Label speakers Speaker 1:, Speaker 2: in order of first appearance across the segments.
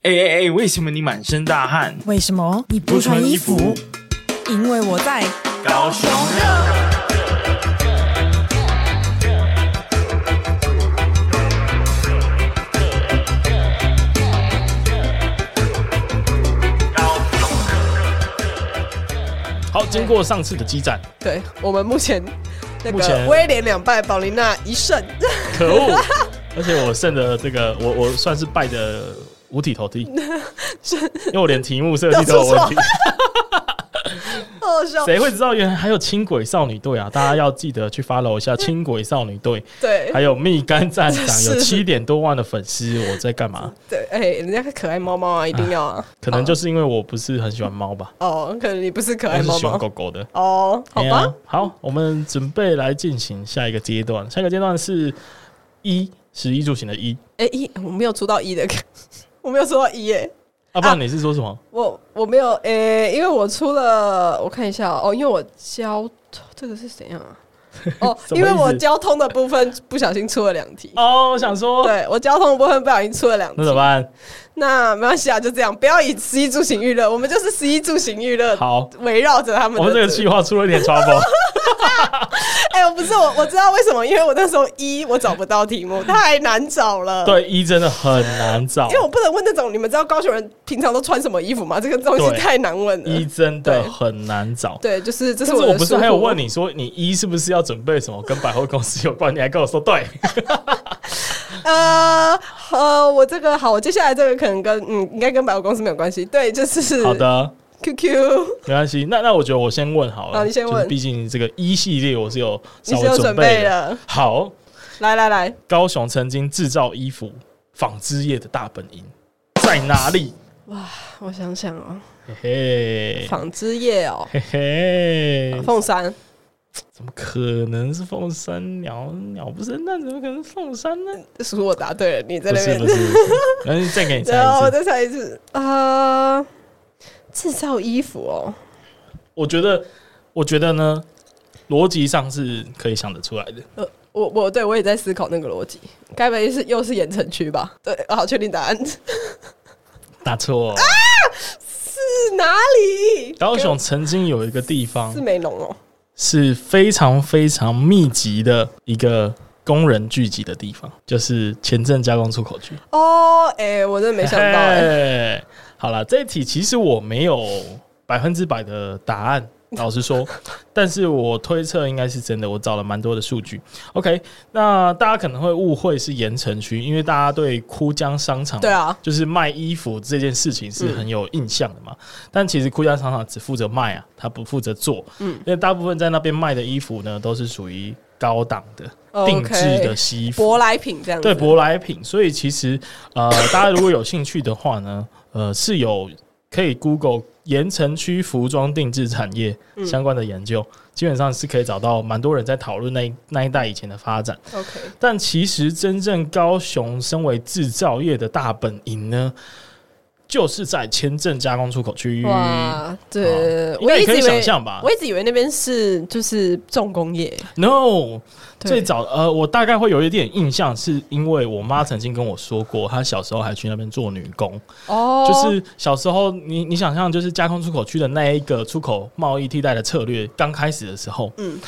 Speaker 1: 哎哎哎，为什么你满身大汗？
Speaker 2: 为什么你不穿衣服？因为我在。
Speaker 1: 高雄
Speaker 3: 好，经过上次的激战，
Speaker 4: 对我们目前那
Speaker 3: 目前
Speaker 4: 个威廉两败，保琳娜一胜，
Speaker 3: 可恶！而且我胜的这个，我我算是败的五体投 地，因为我连题目设计都有问题，
Speaker 4: 好好笑。
Speaker 3: 谁会知道原来还有轻轨少女队啊？大家要记得去 follow 一 下轻轨少女队，
Speaker 4: 对
Speaker 3: 还有蜜柑站长有
Speaker 4: 是
Speaker 3: 七点多万的粉丝，我在干嘛？
Speaker 4: 对，哎、人家可爱猫猫啊，一定要啊。
Speaker 3: 可能就是因为我不是很喜欢猫吧，
Speaker 4: 哦，可能你不是可
Speaker 3: 我
Speaker 4: 爱
Speaker 3: 是
Speaker 4: 猫
Speaker 3: 喜欢
Speaker 4: 猫
Speaker 3: 狗狗的。
Speaker 4: 哦，好
Speaker 3: 哎呀
Speaker 4: 吧，
Speaker 3: 好，我们准备来进行下一个阶段。下一个阶段是一十一住行的一，
Speaker 4: 哎、一我没有出到一的， 我没有出到一耶、
Speaker 3: 啊，不然你是说什么？
Speaker 4: 我我没有诶、因为我出了，我看一下哦，因为我交这个是怎
Speaker 3: ，
Speaker 4: 样啊？哦
Speaker 3: 什么意思
Speaker 4: 因为我交通的部分不小心出了两题，
Speaker 3: 哦，我想说，
Speaker 4: 对我交通的部分不小心出了两
Speaker 3: 那怎么
Speaker 4: 题，
Speaker 3: 办？
Speaker 4: 那没关系啊，就这样，不要以十一住行娱乐，我们就是十一住行娱乐
Speaker 3: 好，
Speaker 4: 围绕着他们
Speaker 3: 我们这个计
Speaker 4: 去，
Speaker 3: 划出了一点 trouble，
Speaker 4: 哎、我不是我，我知道为什么，因为我那时候一我找不到题目，太难找了。。
Speaker 3: 对一真的很难找
Speaker 4: 因，为我不能问那种你们知道高雄人平常都穿什么衣服吗？这个东西
Speaker 3: 对
Speaker 4: 太难问
Speaker 3: 一
Speaker 4: 了。
Speaker 3: 真的很难找。
Speaker 4: 对，就是这
Speaker 3: 但是
Speaker 4: 是我的
Speaker 3: 我不是
Speaker 4: 疏
Speaker 3: 还有
Speaker 4: 忽
Speaker 3: 问你说，你一是不是要准备什么跟百货公司有关？你还跟我说对，
Speaker 4: 呃呃，我这个好，我接下来这个可能跟嗯，应该跟百货公司没有关系。对， 就是
Speaker 3: 好的，
Speaker 4: QQ，
Speaker 3: 没关系。那那我觉得我先问好了，
Speaker 4: 好你先问
Speaker 3: 就是毕竟这个一系列我是有
Speaker 4: 你
Speaker 3: 稍
Speaker 4: 是
Speaker 3: 微
Speaker 4: 有
Speaker 3: 准
Speaker 4: 准
Speaker 3: 备
Speaker 4: 备
Speaker 3: 的。
Speaker 4: 了。
Speaker 3: 好，
Speaker 4: 来来来，
Speaker 3: 高雄曾经制造衣服纺织业的大本营在哪里？
Speaker 4: 我想想哦，
Speaker 3: 嘿嘿，
Speaker 4: 纺织业哦，
Speaker 3: 嘿嘿，
Speaker 4: 凤山
Speaker 3: 怎么可能是凤山鸟鸟不生蛋？怎么可能是凤山呢？
Speaker 4: 属我答对了，你在
Speaker 3: 不
Speaker 4: 那
Speaker 3: 是
Speaker 4: 边
Speaker 3: 不。是，不是 然后再给你猜
Speaker 4: 然后哦我
Speaker 3: 一次。
Speaker 4: 再猜一次，呃，制造衣服哦，
Speaker 3: 我觉得，我觉得呢，逻辑上是可以想得出来的。
Speaker 4: 呃，我我对我也在思考那个逻辑，该不会是又是盐城区吧？对，我好确定答案 是
Speaker 3: 答错，
Speaker 4: 哪里？
Speaker 3: 高雄曾经有一个地方
Speaker 4: 是美浓哦，
Speaker 3: 是非常非常密集的一个工人聚集的地方，就是前镇加工出口区。
Speaker 4: 哦，哎、我真的没想到、哎。
Speaker 3: 嘿好了，这一题其实我没有百分之百的答 案，老实说，但是我推测应该是真的，我找了蛮多的数据。OK，那大家可能会误会是盐城区，因为大家对枯江商场
Speaker 4: 对啊嗯
Speaker 3: 就是卖衣服这件事情是很有印象的嘛。但其实枯江商场只负责卖啊，他不负责做。嗯，因为大部分在那边卖的衣服呢，都是属于高档的、
Speaker 4: 哦 OK
Speaker 3: 定制的西服，
Speaker 4: 舶来品这样子。
Speaker 3: 对舶来品，所以其实呃，大家如果有兴趣的话呢， 呃，是有可以 Google 盐城区服装定制产业
Speaker 4: 嗯
Speaker 3: 相关的研究，基本上是可以找到蛮多人在讨论那一那一代以前的发展。
Speaker 4: OK，
Speaker 3: 但其实真正高雄身为制造业的大本营呢，就是在签证加工出口区。
Speaker 4: 哇，
Speaker 3: 哦
Speaker 4: 对，
Speaker 3: 应
Speaker 4: 我
Speaker 3: 该
Speaker 4: 一
Speaker 3: 也可
Speaker 4: 直
Speaker 3: 以
Speaker 4: 以
Speaker 3: 想
Speaker 4: 为，
Speaker 3: 象吧
Speaker 4: 我一直以为那边是就是重工业，
Speaker 3: No，
Speaker 4: 对
Speaker 3: 最早呃，我大概会有一点印象，是因为我妈曾经跟我说过，她小时候还去那边做女工。
Speaker 4: 哦，
Speaker 3: 就是小时候你，你想象就是加工出口区的那一个出口贸易替代的策略，刚开始的时候，
Speaker 4: 嗯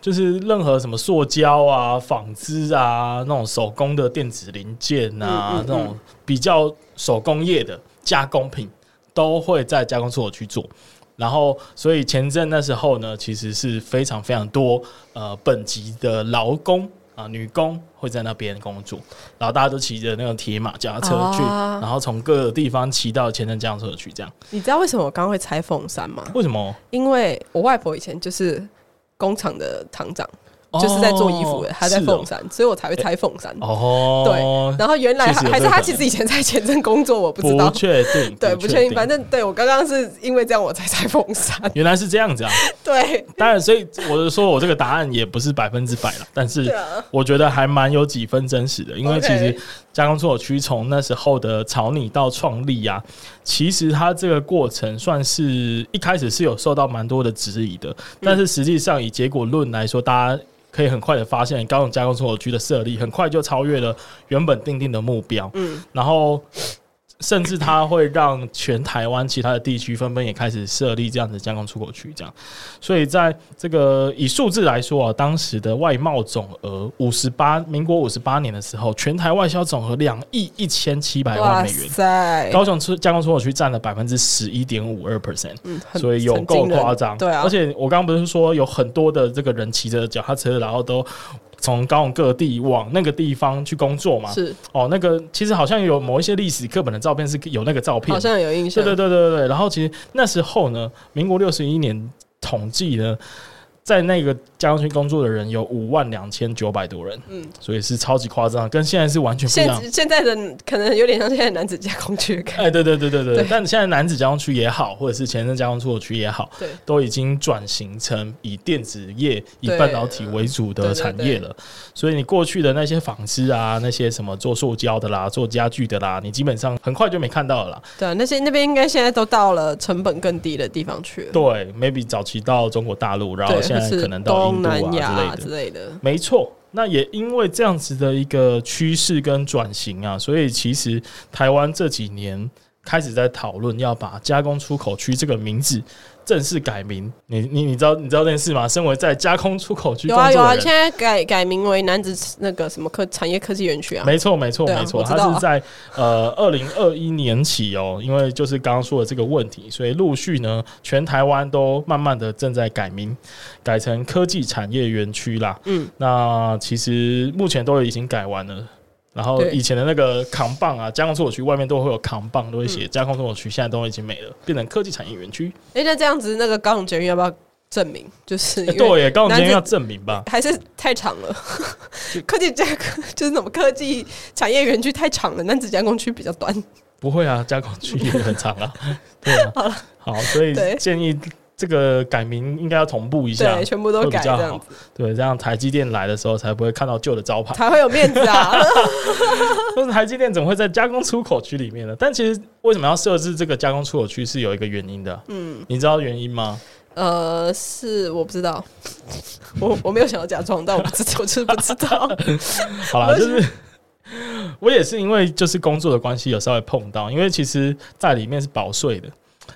Speaker 3: 就是任何什么塑胶啊、纺织啊、那种手工的电子零件啊，
Speaker 4: 嗯嗯嗯
Speaker 3: 那种比较手工业的加工品，都会在加工出口区做。然后，所以前阵那时候呢，其实是非常非常多呃本级的劳工啊、女工会在那边工作，然后大家都骑着那个铁马脚踏车去，
Speaker 4: 啊
Speaker 3: 然后从各个地方骑到前镇这样车去，这样
Speaker 4: 你知道为什么我刚刚会猜凤山吗？
Speaker 3: 为什么？
Speaker 4: 因为我外婆以前就是工厂的厂长，就是在做衣服的，她在凤山，所以我才会猜凤山。
Speaker 3: 哦，
Speaker 4: 对，然后原来
Speaker 3: 确实有
Speaker 4: 还
Speaker 3: 这个
Speaker 4: 是
Speaker 3: 可
Speaker 4: 她
Speaker 3: 能
Speaker 4: 其实以前在前镇工作，我不知
Speaker 3: 不
Speaker 4: 道。
Speaker 3: 确定，
Speaker 4: 对，不确定，
Speaker 3: 定，
Speaker 4: 反正对我刚刚是因为这样我才猜凤 山。
Speaker 3: 原来是这样子啊。
Speaker 4: 对，
Speaker 3: 当然，所以我就说我这个答案也不是百分之百了，但是
Speaker 4: 对啊
Speaker 3: 我觉得还蛮有几分真实的，因为
Speaker 4: OK
Speaker 3: 其实加工出口区从那时候的草拟到创立啊，其实它这个过程算是一开始是有受到蛮多的质疑
Speaker 4: 嗯
Speaker 3: 的，但是实际上以结果论来说，大家。可以很快的发现，高雄加工出口区的设立很快就超越了原本定定的目标。嗯，然后甚至它会让全台湾其他的地区纷纷也开始设立这样的加工出口区，这样。所以在这个以数字来说啊，当时的外贸总额五十八，民国五十八年的时候，全台外销总额两亿一千七百万
Speaker 4: 哇
Speaker 3: 美元。
Speaker 4: 塞，
Speaker 3: 高雄出加工出口区占了百分之十一点五二 percent，
Speaker 4: 嗯，很
Speaker 3: 所以有
Speaker 4: 很
Speaker 3: 够
Speaker 4: 惊人
Speaker 3: 夸张。
Speaker 4: 对啊，
Speaker 3: 而且我刚刚不是说有很多的这个人骑着脚踏车，然后都从高雄各地往那个地方去工作嘛？
Speaker 4: 是
Speaker 3: 哦，那个其实好像有某一些历史课本的照片是有那个照片
Speaker 4: 好
Speaker 3: 的，
Speaker 4: 像有印
Speaker 3: 对
Speaker 4: 象，
Speaker 3: 对对对对。然后其实那时候呢，民国六十一年统计呢，在那个加工区工作的人有五万两千九百多人，
Speaker 4: 嗯
Speaker 3: 所以是超级夸张，跟现在是完全不一样
Speaker 4: 现。现在的可能有点像现在男子加工区的感觉，
Speaker 3: 哎，对对对对对，
Speaker 4: 对
Speaker 3: 但现在男子加工区也好，或者是前身加工出口区也好，
Speaker 4: 对，
Speaker 3: 都已经转型成以电子业、以
Speaker 4: 对
Speaker 3: 半导体为主的产业了。所以你过去的那些纺织啊，那些什么做塑胶的啦、做家具的啦，你基本上很快就没看到了啦。
Speaker 4: 对啊，那些那边应该现在都到了成本更低的地方去了，
Speaker 3: 对，maybe 早期到中国大陆，然后
Speaker 4: 对，
Speaker 3: 现在
Speaker 4: 或是
Speaker 3: 可能到印
Speaker 4: 东
Speaker 3: 度啊
Speaker 4: 南亚
Speaker 3: 之类的
Speaker 4: 之。类的，
Speaker 3: 没错。那也因为这样子的一个趋势跟转型啊，所以其实台湾这几年开始在讨论要把加工出口区这个名字正式改名。你你你知道你知道这件事吗？身为在加工出口区
Speaker 4: 有
Speaker 3: 工作
Speaker 4: 啊
Speaker 3: 的
Speaker 4: 有
Speaker 3: 人，
Speaker 4: 啊，现在改改名为男子那个什么科产业科技园区啊，
Speaker 3: 没错，没错，
Speaker 4: 对啊
Speaker 3: 没错，
Speaker 4: 我知
Speaker 3: 它
Speaker 4: 道啊
Speaker 3: 是在呃二零二一年起哦，因为就是刚刚说的这个问题，所以陆续呢，全台湾都慢慢的正在改名，改成科技产业园区啦。
Speaker 4: 嗯，
Speaker 3: 那其实目前都已经改完了。然后
Speaker 4: 对
Speaker 3: 以前的那个扛棒啊，加工出口区外面都会有扛棒，都会
Speaker 4: 嗯
Speaker 3: 写加工出口区，现在都已经没了，变成科技产业园区。
Speaker 4: 哎，那这样子那个高雄捷运要不要证明？ 就是
Speaker 3: 哎
Speaker 4: 因为
Speaker 3: 对耶，高雄今
Speaker 4: 男
Speaker 3: 天
Speaker 4: 子
Speaker 3: 要证明吧？
Speaker 4: 还是太长了， 科技加就是什么科技产业园区太长了，男子加工区比较短。
Speaker 3: 不会啊，加工区也很长 啊。对啊，好，所以
Speaker 4: 对
Speaker 3: 建议这个改名应该要同步一下
Speaker 4: 对，，全部都
Speaker 3: 会比
Speaker 4: 改
Speaker 3: 较
Speaker 4: 这样
Speaker 3: 好
Speaker 4: 子，。
Speaker 3: 对，这样台积电来的时候才不会看到旧的招牌。
Speaker 4: 才会有面子啊！
Speaker 3: 但是台积电怎么会在加工出口区里面呢？但其实为什么要设置这个加工出口区是有一个原因的，啊
Speaker 4: 嗯，
Speaker 3: 你知道原因吗？
Speaker 4: 呃，是我不知道，我我没有想要假装，但我不知道，我就是不知道。
Speaker 3: 好啦，
Speaker 4: 我
Speaker 3: 就是。 我也是因为就是工作的关系有稍微碰到，因为其实在里面是保税的，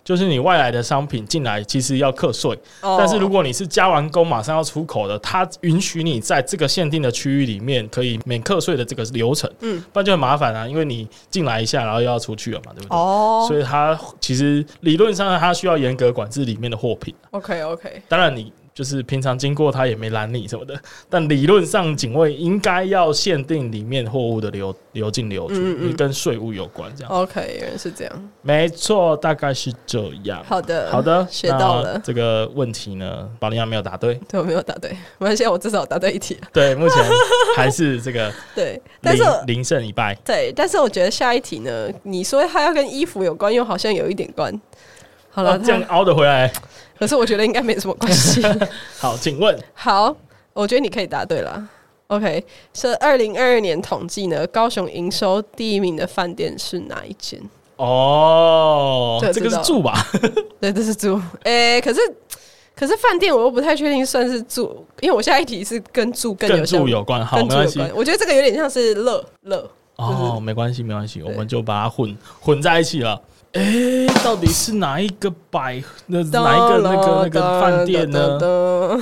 Speaker 3: 就是你外来的商品进来其实要课税，
Speaker 4: 哦
Speaker 3: 但是如果你是加完工马上要出口的，它允许你在这个限定的区域里面可以免课税的这个流程，
Speaker 4: 嗯，
Speaker 3: 不然就很麻烦啊，因为你进来一下，然后又要出去了嘛，对不对？
Speaker 4: 哦
Speaker 3: 所以它其实理论上它需要严格管制里面的货品，
Speaker 4: ，OK OK，
Speaker 3: 当然你就是平常经过它也没拦你什么的， 但理论上警卫应该要限定里面货物的流流进流出，
Speaker 4: 嗯哦嗯嗯
Speaker 3: 跟税务有关这样。
Speaker 4: OK，原来是这样。
Speaker 3: 没错，大概是这样。
Speaker 4: 好的，
Speaker 3: 好，的，
Speaker 4: 学到了
Speaker 3: 那这个问题呢，保利亚没有答对。
Speaker 4: 对我没有答对，没关系，我至少答对一题了。
Speaker 3: 对，目前还是这个
Speaker 4: 对， 但
Speaker 3: 零
Speaker 4: 是我
Speaker 3: 零胜一败。
Speaker 4: 对，但是我觉得下一题呢，你说它要跟衣服有关，又好像有一点关。好了，
Speaker 3: 哦这样
Speaker 4: 它
Speaker 3: 凹的回来。
Speaker 4: 可是我觉得应该没什么 关系。
Speaker 3: 好，请问
Speaker 4: 好，我觉得你可以答对了。OK，是二零二二年统计呢，高雄营收第一名的饭店是哪一间？
Speaker 3: 哦
Speaker 4: 这，个
Speaker 3: 这个
Speaker 4: 知
Speaker 3: 是
Speaker 4: 道
Speaker 3: 住吧？
Speaker 4: 对，这是住。诶、可是可是饭店我又不太确定算是住，因为我下一题是跟住更
Speaker 3: 跟
Speaker 4: 有相
Speaker 3: 住有关。好，
Speaker 4: 跟
Speaker 3: 没
Speaker 4: 住有
Speaker 3: 关系。
Speaker 4: 关。我觉得这个有点像是乐乐，
Speaker 3: 哦，没关系，没关系，我
Speaker 4: 对
Speaker 3: 们就把它混混在一起了。诶，到底是哪一个百那哪一个那个那个饭店呢？
Speaker 4: 呢？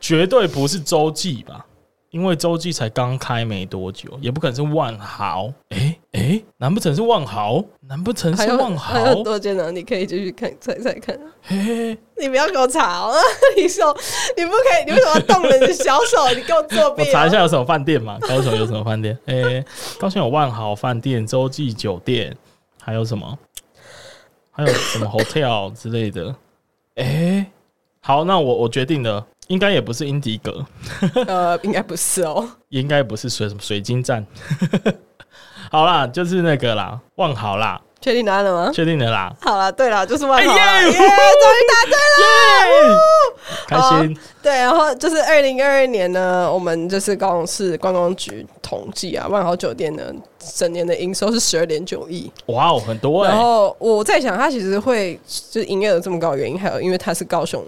Speaker 3: 绝对不是洲际吧？因为洲际才刚开没多久，也不可能是万豪。诶诶，难不成是万豪？难不成
Speaker 4: 还
Speaker 3: 是
Speaker 4: 有
Speaker 3: 万
Speaker 4: 还有
Speaker 3: 豪？
Speaker 4: 多间呢？你可以继续看猜猜看。
Speaker 3: 诶，
Speaker 4: 你不要给我查哦！你手，你不可以，你为什么要动人的小手？你给我作弊、
Speaker 3: 我
Speaker 4: 哦！
Speaker 3: 查一下有什么饭店嘛？高雄有什么饭店？诶，高雄有万豪饭店、洲际酒店，还有什么？还有什么 hotel 之类的？诶，好，那我我决定了，应该也不是英迪格，
Speaker 4: 呃，应该不是哦。
Speaker 3: 也应该不是水水晶站。 好啦，就是那个啦，万豪啦，
Speaker 4: 确定答案了吗？
Speaker 3: 确定的啦，
Speaker 4: 好了，对了，就是万豪
Speaker 3: 哎
Speaker 4: 啦，
Speaker 3: 耶
Speaker 4: 耶，终于答对了。
Speaker 3: 开心。
Speaker 4: 对，然后就是二零二二年呢，我们就是高雄市观光局统计啊，万豪酒店呢整年的营收是十二点九亿。
Speaker 3: 哇哦，很多哎、
Speaker 4: 然后我在想，它其实会就是营业额这么高的原因，还有因为它是高雄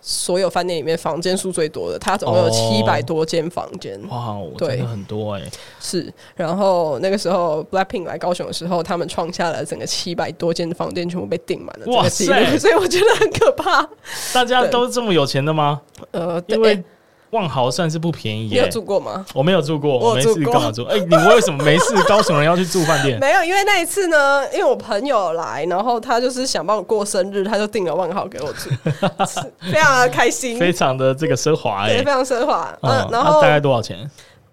Speaker 4: 所有饭店里面房间数最多的，它总共有七百多间房间。
Speaker 3: 哦哇，我
Speaker 4: 对
Speaker 3: 真的很多哎、
Speaker 4: 是，然后那个时候 Blackpink 来高雄的时候，他们创下了整个七百多间房间全部被订满了这
Speaker 3: 哇
Speaker 4: 个记录，
Speaker 3: 塞
Speaker 4: 所以我觉得很可怕。
Speaker 3: 大家都这么有钱的吗？
Speaker 4: 呃，对
Speaker 3: 因
Speaker 4: 欸
Speaker 3: 为万豪算是不便宜、
Speaker 4: 你有
Speaker 3: 欸。
Speaker 4: 住过吗？
Speaker 3: 我没有住过，
Speaker 4: 我
Speaker 3: 没
Speaker 4: 住
Speaker 3: 事
Speaker 4: 过
Speaker 3: 干嘛住？哎、你为什么没事？高雄人要去住饭店？
Speaker 4: 没有，因为那一次呢，因为我朋友来，然后他就是想帮我过生日，他就订了万豪给我 住，是非常的开心，
Speaker 3: 非常的这个奢华哎、
Speaker 4: 对，非常奢华。
Speaker 3: 嗯
Speaker 4: 嗯、然
Speaker 3: 那
Speaker 4: 后
Speaker 3: 大概多少钱？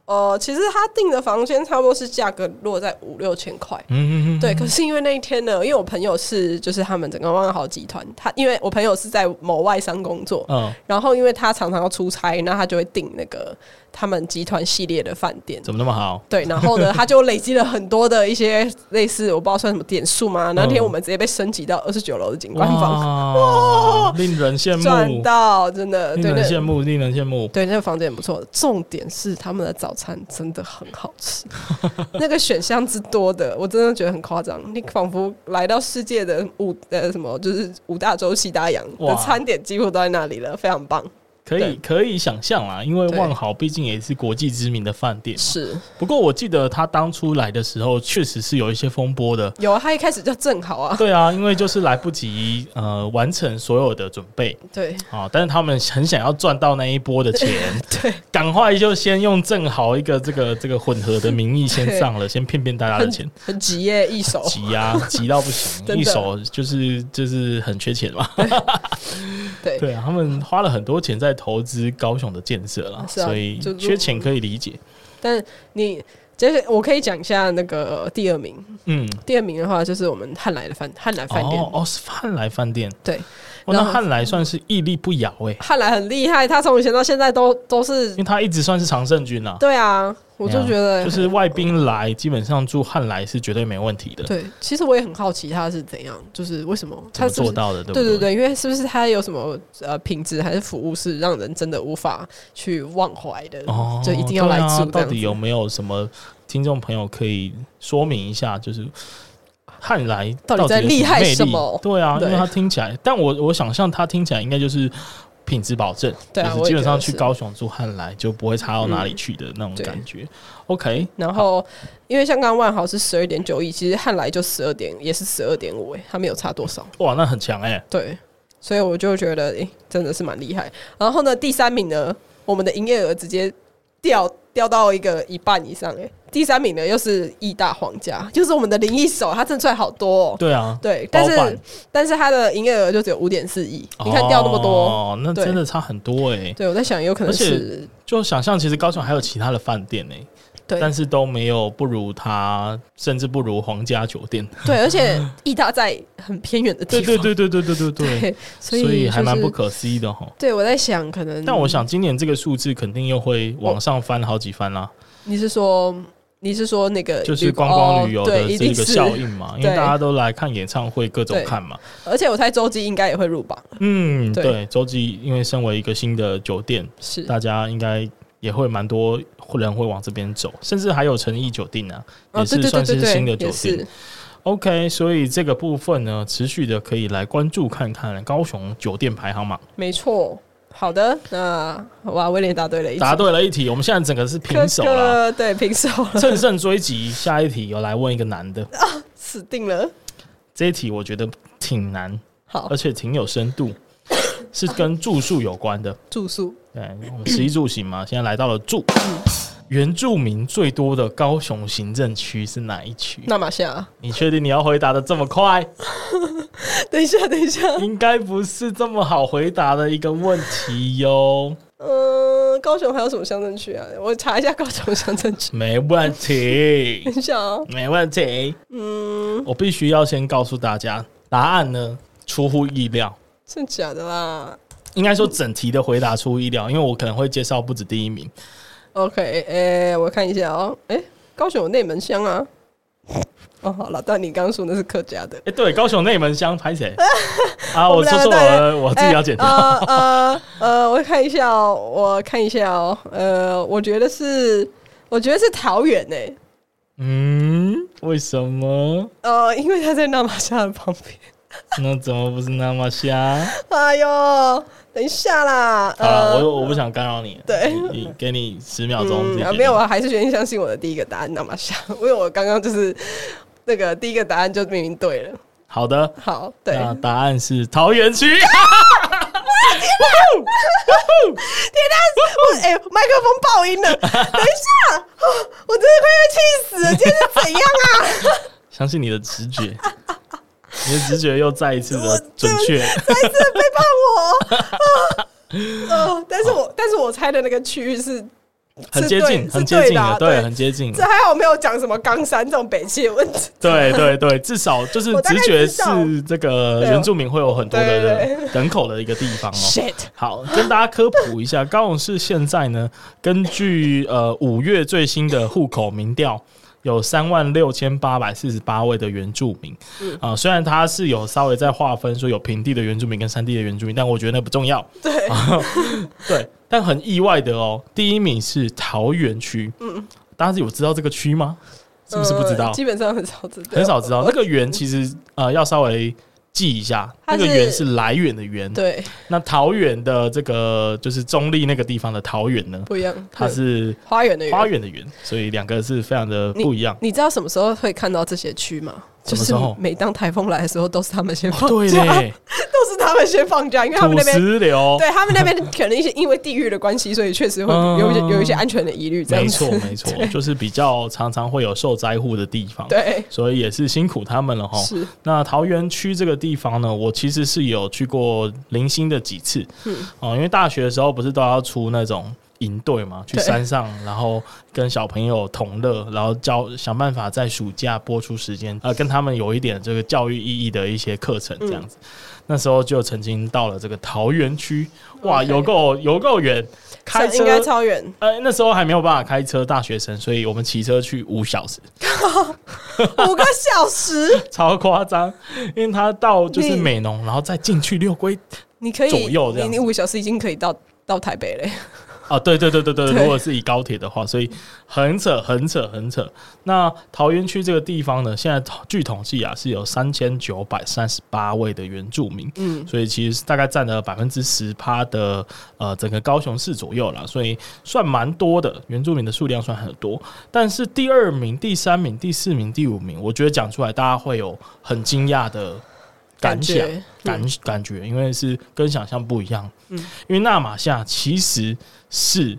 Speaker 4: 呃，其实他订的房间差不多是价格落在五六千块。
Speaker 3: 嗯，
Speaker 4: 对，可是因为那一天呢，因为我朋友是就是他们整个万豪集团，他因为我朋友是在某外商工作，
Speaker 3: 嗯，
Speaker 4: 然后因为他常常要出差，那他就会订那个他们集团系列的饭店，
Speaker 3: 怎么那么好？
Speaker 4: 对，然后呢，他就累积了很多的一些类似我不知道算什么点数嘛。那
Speaker 3: 嗯
Speaker 4: 天我们直接被升级到二十九楼的景观房，
Speaker 3: 哇，令人羡
Speaker 4: 赚
Speaker 3: 慕，
Speaker 4: 到真的对
Speaker 3: 令人羡
Speaker 4: 那
Speaker 3: 慕，令人羡慕。
Speaker 4: 对那个房间很不错。重点是他们的早餐真的很好吃，那个选项之多的，我真的觉得很夸张。你仿佛来到世界的五呃什么，就是五大洲西大洋的
Speaker 3: 哇
Speaker 4: 餐点几乎都在那里了，非常棒。
Speaker 3: 可以
Speaker 4: 对
Speaker 3: 可以想象啦，因为
Speaker 4: 对
Speaker 3: 万豪毕竟也是国际知名的饭店。
Speaker 4: 是
Speaker 3: 不过我记得他当初来的时候，确实是有一些风波的。
Speaker 4: 有啊，他一开始就正好啊，
Speaker 3: 对啊，因为就是来不及呃完成所有的准备
Speaker 4: 对
Speaker 3: 啊，但是他们很想要赚到那一波的钱，
Speaker 4: 对，
Speaker 3: 赶快就先用正好一个这个这个混合的名义先上了，先骗骗大家的钱
Speaker 4: 很，很急耶，一手。
Speaker 3: 急呀、急到不行，
Speaker 4: 真的
Speaker 3: 一手就是就是很缺钱嘛。
Speaker 4: 对
Speaker 3: 对啊，他们花了很多钱在投资高雄的建设了，
Speaker 4: 是啊
Speaker 3: 所以
Speaker 4: 就
Speaker 3: 缺钱可以理解。
Speaker 4: 但你就是我可以讲一下那个第二名，
Speaker 3: 嗯，
Speaker 4: 第二名的话就是我们汉来的饭汉来饭店，
Speaker 3: 哦哦，是汉来饭店，
Speaker 4: 对，
Speaker 3: 哦、
Speaker 4: 然
Speaker 3: 那
Speaker 4: 后
Speaker 3: 汉来算是屹立不摇哎、
Speaker 4: 汉来很厉害，他从以前到现在都都是
Speaker 3: 因为他一直算是常胜军啦、
Speaker 4: 对啊，我就
Speaker 3: 对啊
Speaker 4: 觉得、
Speaker 3: 就是外宾来，基本上住汉来是绝对没问题的。
Speaker 4: 对，其实我也很好奇他是怎样，就是为什么
Speaker 3: 怎
Speaker 4: 他
Speaker 3: 么
Speaker 4: 是不
Speaker 3: 做
Speaker 4: 是
Speaker 3: 到的？对不
Speaker 4: 对对
Speaker 3: 对，
Speaker 4: 对，因为是不是他有什么呃品质还是服务是让人真的无法去忘怀的，
Speaker 3: 哦，
Speaker 4: 就一定要来
Speaker 3: 对啊
Speaker 4: 住这
Speaker 3: 到
Speaker 4: 样
Speaker 3: 底
Speaker 4: 子。
Speaker 3: 有没有什么听众朋友可以说明一下？就是汉来
Speaker 4: 到底
Speaker 3: 底
Speaker 4: 在
Speaker 3: 有
Speaker 4: 厉害
Speaker 3: 魅力
Speaker 4: 什么
Speaker 3: 对啊，因
Speaker 4: 对
Speaker 3: 为他听起来，但我我想象他听起来应该就是。品质保证，
Speaker 4: 对啊
Speaker 3: 就是
Speaker 4: 我也
Speaker 3: 基本上
Speaker 4: 觉得
Speaker 3: 去
Speaker 4: 是
Speaker 3: 高雄住汉来就不会差到哪里去的那种
Speaker 4: 对
Speaker 3: 感觉。OK，
Speaker 4: 然后，因为像刚刚万豪是十二点九亿，其实汉来就十二点，也是十二点五，哎，他没有差多少。
Speaker 3: 哇，那很强哎、
Speaker 4: 对，所以我就觉得，诶、真的是蛮厉害。然后呢，第三名呢，我们的营业额直接掉掉到一个一半以上、诶，第三名呢又是义大皇家，就是我们的林一手，他真的赚好多、哦。
Speaker 3: 对啊，
Speaker 4: 对，但
Speaker 3: 包办
Speaker 4: 是但是他的营业额就只有五点四亿，你看掉那么多。
Speaker 3: 哦，那
Speaker 4: 对
Speaker 3: 真的差很多哎、
Speaker 4: 对，我在想，有可能
Speaker 3: 而且
Speaker 4: 是
Speaker 3: 就想象，其实高雄还有其他的饭店呢、
Speaker 4: 对
Speaker 3: 但是都没有不如它，甚至不如皇家酒店。
Speaker 4: 对，而且义大在很偏远的地
Speaker 3: 对
Speaker 4: 方，
Speaker 3: 对对对对对对对，
Speaker 4: 对，所
Speaker 3: 所
Speaker 4: 以、
Speaker 3: 以
Speaker 4: 就是、
Speaker 3: 还蛮不。可思议的哈。
Speaker 4: 对，我在想，可能
Speaker 3: 但我想今年这个数字肯定又会往上翻好几番啦，
Speaker 4: 你是说你是说那个
Speaker 3: 就是
Speaker 4: 旅
Speaker 3: 观光旅游
Speaker 4: 哦
Speaker 3: 的
Speaker 4: 对，一
Speaker 3: 这
Speaker 4: 定
Speaker 3: 个
Speaker 4: 是
Speaker 3: 效应嘛，因为
Speaker 4: 对
Speaker 3: 大家都来看演唱会，各种
Speaker 4: 对
Speaker 3: 看嘛。
Speaker 4: 而且我猜周记应该也会入榜，
Speaker 3: 嗯，
Speaker 4: 对
Speaker 3: 对，洲际因为身为一个新的酒店，
Speaker 4: 是
Speaker 3: 大家应该也会蛮多人会往这边走，甚至还有诚意酒店啊，也
Speaker 4: 哦，对
Speaker 3: 是
Speaker 4: 对对
Speaker 3: 算
Speaker 4: 对
Speaker 3: 是
Speaker 4: 对，
Speaker 3: 新的酒
Speaker 4: 也
Speaker 3: 店。
Speaker 4: 是
Speaker 3: OK，所以这个部分呢，持续的可以来关注看看高雄酒店排行榜。
Speaker 4: 没错。好的，那哇，威廉答对了一题，
Speaker 3: 答对了一题，我们现在整个是平手
Speaker 4: 哥
Speaker 3: 了，
Speaker 4: 哥对，平手 了，
Speaker 3: 乘胜追击。下一题，有来问一个男的，
Speaker 4: 死定了。
Speaker 3: 这一题我觉得挺难，
Speaker 4: 好
Speaker 3: 而，且挺有深度，是跟住宿有关的。
Speaker 4: 住宿
Speaker 3: 对，我们食衣住行嘛，现在来到了住。原住民最多的高雄行政区是哪一区？
Speaker 4: 那马夏，啊
Speaker 3: 你确定你要回答的这么快？
Speaker 4: 等一下，等一下，
Speaker 3: 应该不是这么好回答的一个问题哟。
Speaker 4: 嗯，高雄还有什么乡镇区啊？我查一下高雄乡镇区。
Speaker 3: 没问题，
Speaker 4: 等一下哦，
Speaker 3: 没问题。嗯，我必须要先告诉大家，答案呢出乎意料，
Speaker 4: 真假的啦
Speaker 3: 应该说整题的回答出乎意料，因为我可能会介绍不止第一名。
Speaker 4: ？OK，哎、我看一下哦，哎、高雄有内门乡啊。哦，好了，但你刚刚说那是客家的。
Speaker 3: 哎、对，高雄内门乡拍 谁啊？我
Speaker 4: 们
Speaker 3: 说
Speaker 4: 两个
Speaker 3: 错
Speaker 4: 大概
Speaker 3: 了，我自己要剪掉。
Speaker 4: 哎呃呃呃，我看一下哦，我看一下哦，呃，我觉得是，我觉得是桃园诶、
Speaker 3: 嗯，为什么？
Speaker 4: 呃，因为他在纳马夏的旁边，
Speaker 3: 那怎么不是那么香？
Speaker 4: 哎呦，等一下 啦，
Speaker 3: 好了，我我不想干扰你。
Speaker 4: 对
Speaker 3: 你你给你十秒钟
Speaker 4: 嗯
Speaker 3: 自己决
Speaker 4: 啊
Speaker 3: 定。
Speaker 4: 没有，我还是决定相信我的第一个答案那么像，因为我刚刚就是那个第一个答案就明明对了。
Speaker 3: 好的，
Speaker 4: 好，对，
Speaker 3: 那答案是桃园区。
Speaker 4: 我哎，麦、克风爆音了，等一下，哦我真的快要气死了，今天是怎样啊？
Speaker 3: 相信你的直 觉，你的直觉又再一次的准确。
Speaker 4: 再次背叛我。啊呃，但是我但是我猜的那个区域是
Speaker 3: 很
Speaker 4: 是
Speaker 3: 接
Speaker 4: 对
Speaker 3: 近，
Speaker 4: 是
Speaker 3: 很接近
Speaker 4: 对的啊
Speaker 3: 了，对，
Speaker 4: 对
Speaker 3: 很接近
Speaker 4: 这
Speaker 3: 了，
Speaker 4: 还好没有讲什么冈山这种北汽的问题。
Speaker 3: 对对对，至少就是
Speaker 4: 我大概
Speaker 3: 直觉
Speaker 4: 知道
Speaker 3: 是这个
Speaker 4: 对
Speaker 3: 原住民会有很多的
Speaker 4: 对对
Speaker 3: 人人口的一个地方哦。
Speaker 4: Shit，
Speaker 3: 好，跟大家科普一下， 高雄市现在呢，根据呃五月最新的户口民调，有三万六千八百四十八位的原住民。
Speaker 4: 嗯
Speaker 3: 啊、虽然它是有稍微在划分说有平地的原住民跟山地的原住民，但我觉得那不重要。对， 对，但很意外的哦，第一名是桃园区。嗯，大家有知道这个区吗？是不是不知道？
Speaker 4: 呃基本上很少知道，
Speaker 3: 很少知道那个园，其实呃要稍微记一下，
Speaker 4: 它
Speaker 3: 那个
Speaker 4: 是
Speaker 3: 园是来源的园，
Speaker 4: 对
Speaker 3: 那桃园的这个就是中立那个地方的桃园呢，
Speaker 4: 不一样。
Speaker 3: 它是
Speaker 4: 花园的
Speaker 3: 花
Speaker 4: 园。
Speaker 3: 园的园，所以两个是非常的不一样。
Speaker 4: 你知道什么时候会看到这些区吗？
Speaker 3: 什
Speaker 4: 就
Speaker 3: 么
Speaker 4: 是
Speaker 3: 时候哦
Speaker 4: 每当台风来的时候，都是他们先放
Speaker 3: 对
Speaker 4: 假，
Speaker 3: 嘞，
Speaker 4: 都是他们先放假，因为他
Speaker 3: 土
Speaker 4: 们那边
Speaker 3: 石流，
Speaker 4: 对他们那边可能一些因为地域的关系，所以确实会有一些
Speaker 3: 嗯
Speaker 4: 有一些安全的疑虑。这样
Speaker 3: 没
Speaker 4: 子
Speaker 3: 错没错，就是比较常常会有受灾户的地方，，
Speaker 4: 对，
Speaker 3: 所以也是辛苦他们了哈。
Speaker 4: 是
Speaker 3: 那桃园区这个地方呢，我其实是有去过零星的几次，嗯，哦、因为大学的时候不是都要出那种营队嘛，去
Speaker 4: 对
Speaker 3: 山上，然后跟小朋友同乐，然后教想办法在暑假播出时间，呃，跟他们有一点这个教育意义的一些课程这样
Speaker 4: 嗯
Speaker 3: 子。那时候就曾经到了这个桃园区，哇，
Speaker 4: OK
Speaker 3: 有够有够远，开
Speaker 4: 应
Speaker 3: 车
Speaker 4: 该超远，
Speaker 3: 呃，那时候还没有办法开车，大学生，所以我们骑车去五小时，
Speaker 4: 五个小时，
Speaker 3: 超夸张。因为他到就是
Speaker 4: 你
Speaker 3: 美浓，然后再进去六龟
Speaker 4: 你可以
Speaker 3: 左右这样
Speaker 4: 你你五小时已经可以到到台北嘞。
Speaker 3: 啊，对对对对对，
Speaker 4: 对
Speaker 3: 如果是以高铁的话，所以很扯很扯很扯。那桃园区这个地方呢，现在据统计啊是有三千九百三十八位的原住民，
Speaker 4: 嗯，
Speaker 3: 所以其实大概占了百分之十趴的呃整个高雄市左右啦，所以算蛮多的，原住民的数量算很多。但是第二名、第三名、第四名、第五名，我觉得讲出来大家会有很惊讶的感想。
Speaker 4: 觉
Speaker 3: 感感觉，因为是跟想象不一样。嗯，因为纳马夏其实是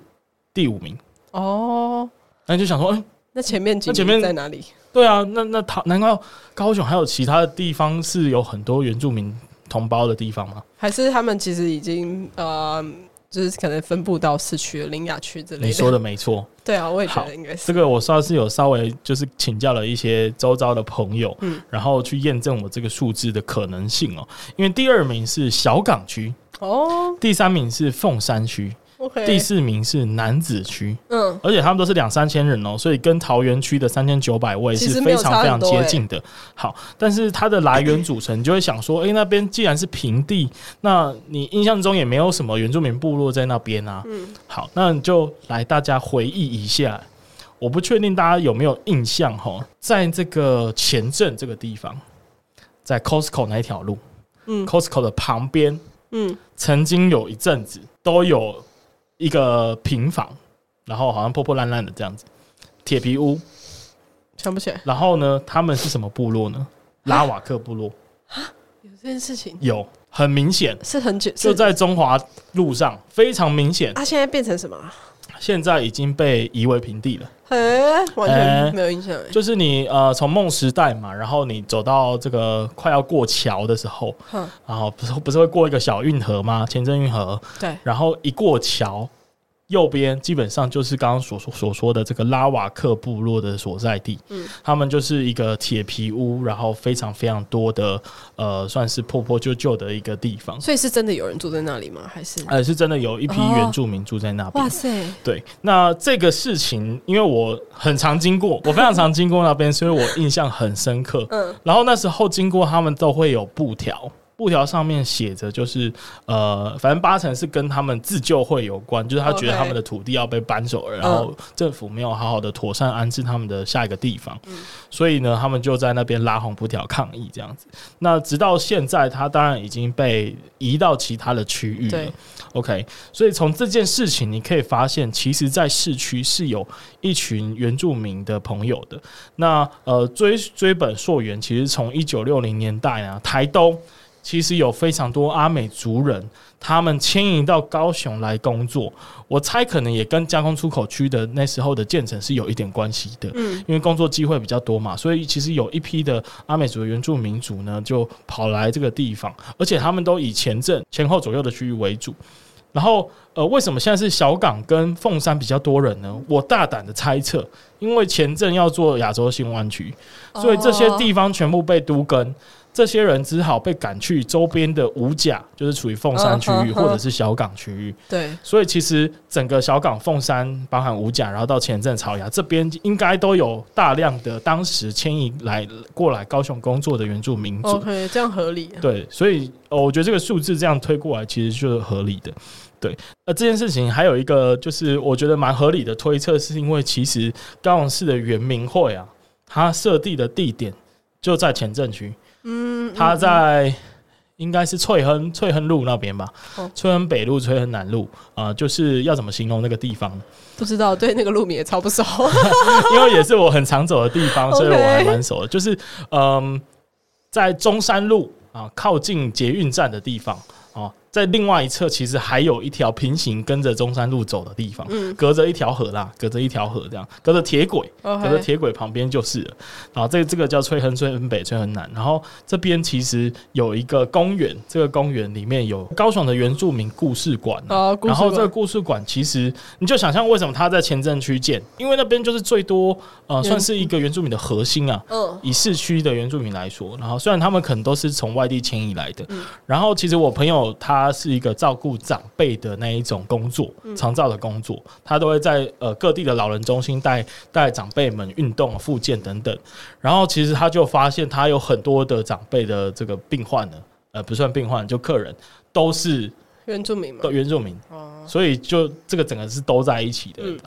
Speaker 3: 第五名，
Speaker 4: 哦，
Speaker 3: 那你就想说，哎、
Speaker 4: 那前面几
Speaker 3: 那前
Speaker 4: 名
Speaker 3: 面
Speaker 4: 在哪里？
Speaker 3: 对啊，那那他难道高雄还有其他的地方是有很多原住民同胞的地方吗？
Speaker 4: 还是他们其实已经呃，就是可能分布到市区了、林雅区之类的。
Speaker 3: 你说的没错，
Speaker 4: 对啊，我也觉
Speaker 3: 好
Speaker 4: 得应该是
Speaker 3: 这个我上次有稍微就是请教了一些周遭的朋友，嗯，然后去验证我这个数字的可能性哦。因为第二名是小港区，
Speaker 4: 哦。
Speaker 3: 第三名是凤山区，
Speaker 4: OK，
Speaker 3: 第四名是南子区，
Speaker 4: 嗯，
Speaker 3: 而且他们都是两三千人哦，所以跟桃园区的三千九百位
Speaker 4: 其实
Speaker 3: 是
Speaker 4: 没
Speaker 3: 非
Speaker 4: 有
Speaker 3: 常非
Speaker 4: 差很
Speaker 3: 常
Speaker 4: 多欸
Speaker 3: 接近的。好，但是它的来源组成，你就会想说，诶，那边既然是平地，那你印象中也没有什么原住民部落在那边啊。嗯，好，那你就来大家回忆一下。我不确定大家有没有印象哈，在这个前镇这个地方，在 Costco 那一条路，
Speaker 4: 嗯
Speaker 3: 嗯，Costco 的旁边，
Speaker 4: 嗯
Speaker 3: 嗯，曾经有一阵子都有一个平房，然后好像破破烂烂的这样子，铁皮屋。
Speaker 4: 想不起来
Speaker 3: 然后呢，他们是什么部落呢？拉瓦克部落
Speaker 4: 有这件事情
Speaker 3: 有，很明显，
Speaker 4: 是很久，
Speaker 3: 就是在中华路上，非常明显。
Speaker 4: 啊，现在变成什么啊？
Speaker 3: 现在已经被夷为平地了。
Speaker 4: 哎，完
Speaker 3: 哎
Speaker 4: 全没有印象哎。
Speaker 3: 就是你呃，从梦时代嘛，然后你走到这个快要过桥的时候，
Speaker 4: 哼，
Speaker 3: 然后不是不是会过一个小运河吗？前镇运河，
Speaker 4: 对，
Speaker 3: 然后一过桥，右边基本上就是刚刚所说所说的这个拉瓦克部落的所在地。
Speaker 4: 嗯
Speaker 3: 他们就是一个铁皮屋，然后非常非常多的呃，算是破破旧旧的一个地方。
Speaker 4: 所以是真的有人住在那里吗？还是
Speaker 3: 呃，是真的有一批
Speaker 4: 哦
Speaker 3: 原住民住在那边。
Speaker 4: 哇塞，
Speaker 3: 对，那这个事情，因为我很常经过，我非常常经过那边，所以我印象很深刻。
Speaker 4: 嗯
Speaker 3: 然后那时候经过，他们都会有布条，布条上面写着，就是呃，反正八成是跟他们自救会有关，就是他觉得
Speaker 4: OK
Speaker 3: 他们的土地要被搬走
Speaker 4: 嗯
Speaker 3: 了，然后政府没有好好的妥善安置他们的下一个地方，
Speaker 4: 嗯
Speaker 3: 所以呢，他们就在那边拉红布条抗议这样子。那直到现在，他当然已经被移到其他的区域了
Speaker 4: 对。
Speaker 3: OK，所以从这件事情你可以发现，其实，在市区是有一群原住民的朋友的。那呃，追追本溯源，其实从一九六零年代啊，台东其实有非常多阿美族人，他们迁移到高雄来工作。我猜可能也跟加工出口区的那时候的建成是有一点关系的，
Speaker 4: 嗯
Speaker 3: 因为工作机会比较多嘛，所以其实有一批的阿美族的原住民族呢，就跑来这个地方，而且他们都以前镇前后左右的区域为主。然后，呃，为什么现在是小港跟凤山比较多人呢？我大胆的猜测，因为前阵要做亚洲新湾区，
Speaker 4: 哦
Speaker 3: 所以这些地方全部被都跟，这些人只好被赶去周边的五甲，就是处于凤山区域
Speaker 4: 嗯哼
Speaker 3: 或者是小港区域。
Speaker 4: 哦对，
Speaker 3: 所以其实整个小港、凤山，包含五甲，然后到前镇、草衙这边，应该都有大量的当时迁移来过来高雄工作的原住民族。
Speaker 4: OK，这样合理。
Speaker 3: 对，所以、呃我觉得这个数字这样推过来，其实就是合理的。对，呃，这件事情还有一个就是我觉得蛮合理的推测，是因为其实高雄市的原民会啊，它设定的地点就在前镇区，
Speaker 4: 嗯，嗯
Speaker 3: 它在应该是翠亨翠亨路那边吧，
Speaker 4: 哦
Speaker 3: 翠亨北路、翠亨南路啊、呃就是要怎么形容那个地方？
Speaker 4: 不知道，对那个路米也超 不熟。
Speaker 3: 因为也是我很常走的地方，所以我
Speaker 4: OK
Speaker 3: 还蛮熟的。就是嗯，在中山路啊，靠近捷运站的地方哦、在另外一侧其实还有一条平行跟着中山路走的地方，
Speaker 4: 嗯
Speaker 3: 隔着一条河啦，隔着一条河这样，隔着铁轨。可是
Speaker 4: OK，
Speaker 3: 铁轨旁边就是了。然后这这个叫翠亨、翠亨北、翠亨南。然后这边其实有一个公园，这个公园里面有高雄的原住民故事馆、啊。
Speaker 4: 哦故事
Speaker 3: 然
Speaker 4: 馆
Speaker 3: 后这个故事馆其实你就想象为什么它在前镇区建，因为那边就是最多呃，算是一个原住民的核心啊。
Speaker 4: 嗯，
Speaker 3: 以市区的原住民来说，然后虽然他们可能都是从外地迁移来的，然后其实我朋友他是一个照顾长辈的那一种工作，长照的工作，他都会在呃各地的老人中心带带长辈们运动、啊复健等等。然后其实他就发现他有很多的长辈的这个病患呢，呃不算病患，就客人都是
Speaker 4: 原住民嘛
Speaker 3: 都，原住民，
Speaker 4: 哦，
Speaker 3: 所以就这个整个是都在一起的。
Speaker 4: 嗯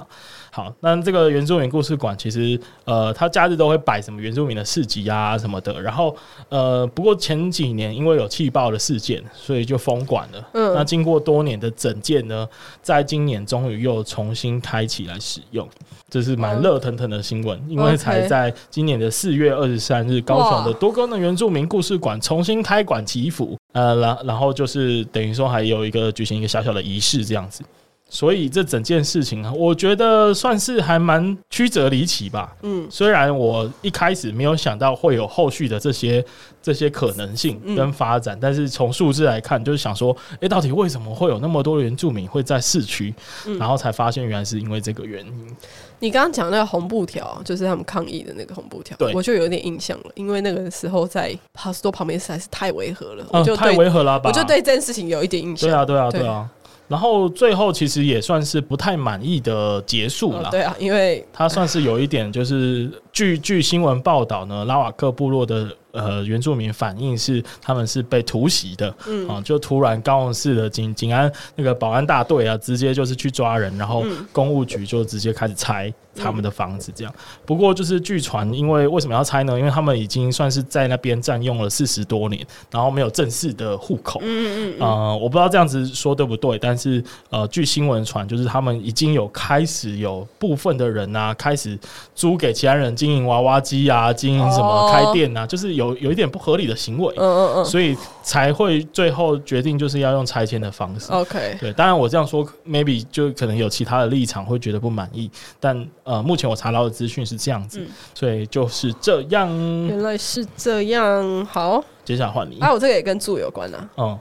Speaker 3: 好，那这个原住民故事馆其实呃，它假日都会摆什么原住民的市集啊什么的。然后呃，不过前几年因为有气爆的事件，所以就封馆了。
Speaker 4: 嗯
Speaker 3: 那经过多年的整建呢，在今年终于又重新开起来使用，这是蛮
Speaker 4: 嗯哦
Speaker 3: 热腾腾的新闻，因为才
Speaker 4: OK
Speaker 3: 在今年的四月二十三日，高雄的
Speaker 4: 哇
Speaker 3: 多功能原住民故事馆重新开馆祈福，呃，然然后就是等于说还有一个举行一个小小的仪式这样子，所以这整件事情啊，我觉得算是还蛮曲折离奇吧。
Speaker 4: 嗯，
Speaker 3: 虽然我一开始没有想到会有后续的这些这些可能性跟发
Speaker 4: 嗯
Speaker 3: 展，但是从数字来看，就是想说，诶，到底为什么会有那么多原住民会在市区？
Speaker 4: 嗯
Speaker 3: 然后才发现原来是因为这个原因。
Speaker 4: 你刚刚讲那个红布条，就是他们抗议的那个红布条
Speaker 3: 对，
Speaker 4: 我就有点印象了，因为那个时候在帕斯多旁边实在是太违和了，我
Speaker 3: 嗯，
Speaker 4: 就
Speaker 3: 太
Speaker 4: 对
Speaker 3: 违和了吧？
Speaker 4: 我就对这件事情有一点印象。哦
Speaker 3: 对啊，对啊，
Speaker 4: 对
Speaker 3: 对啊。然后最后其实也算是不太满意的结束
Speaker 4: 哦
Speaker 3: 了。
Speaker 4: 对啊，因为
Speaker 3: 他算是有一点，就是据据新闻报道呢，拉瓦克部落的呃原住民反映是他们是被突袭的，
Speaker 4: 嗯
Speaker 3: 啊，就突然高雄市的警警安那个保安大队啊，直接就是去抓人，然后
Speaker 4: 嗯
Speaker 3: 公务局就直接开始拆他们的房子，这样。不过就是据传，因为为什么要拆呢？因为他们已经算是在那边占用了四十多年，然后没有正式的户口，
Speaker 4: 嗯嗯嗯，
Speaker 3: 呃，我不知道这样子说对不对，但是呃，据新闻传，就是他们已经有开始有部分的人啊，开始租给其他人经营娃娃机啊，经营什么
Speaker 4: 哦
Speaker 3: 开店啊，就是有有一点不合理的行为，
Speaker 4: 嗯嗯
Speaker 3: 所以才会最后决定就是要用拆迁的方式。
Speaker 4: 嗯，OK，
Speaker 3: 对，当然我这样说，maybe 就可能有其他的立场会觉得不满意，但呃，目前我查到的资讯是这样子，
Speaker 4: 嗯
Speaker 3: 所以就是这样。
Speaker 4: 原来是这样。好，
Speaker 3: 接下来换你，
Speaker 4: 啊，我这个也跟住有关啊，
Speaker 3: 嗯，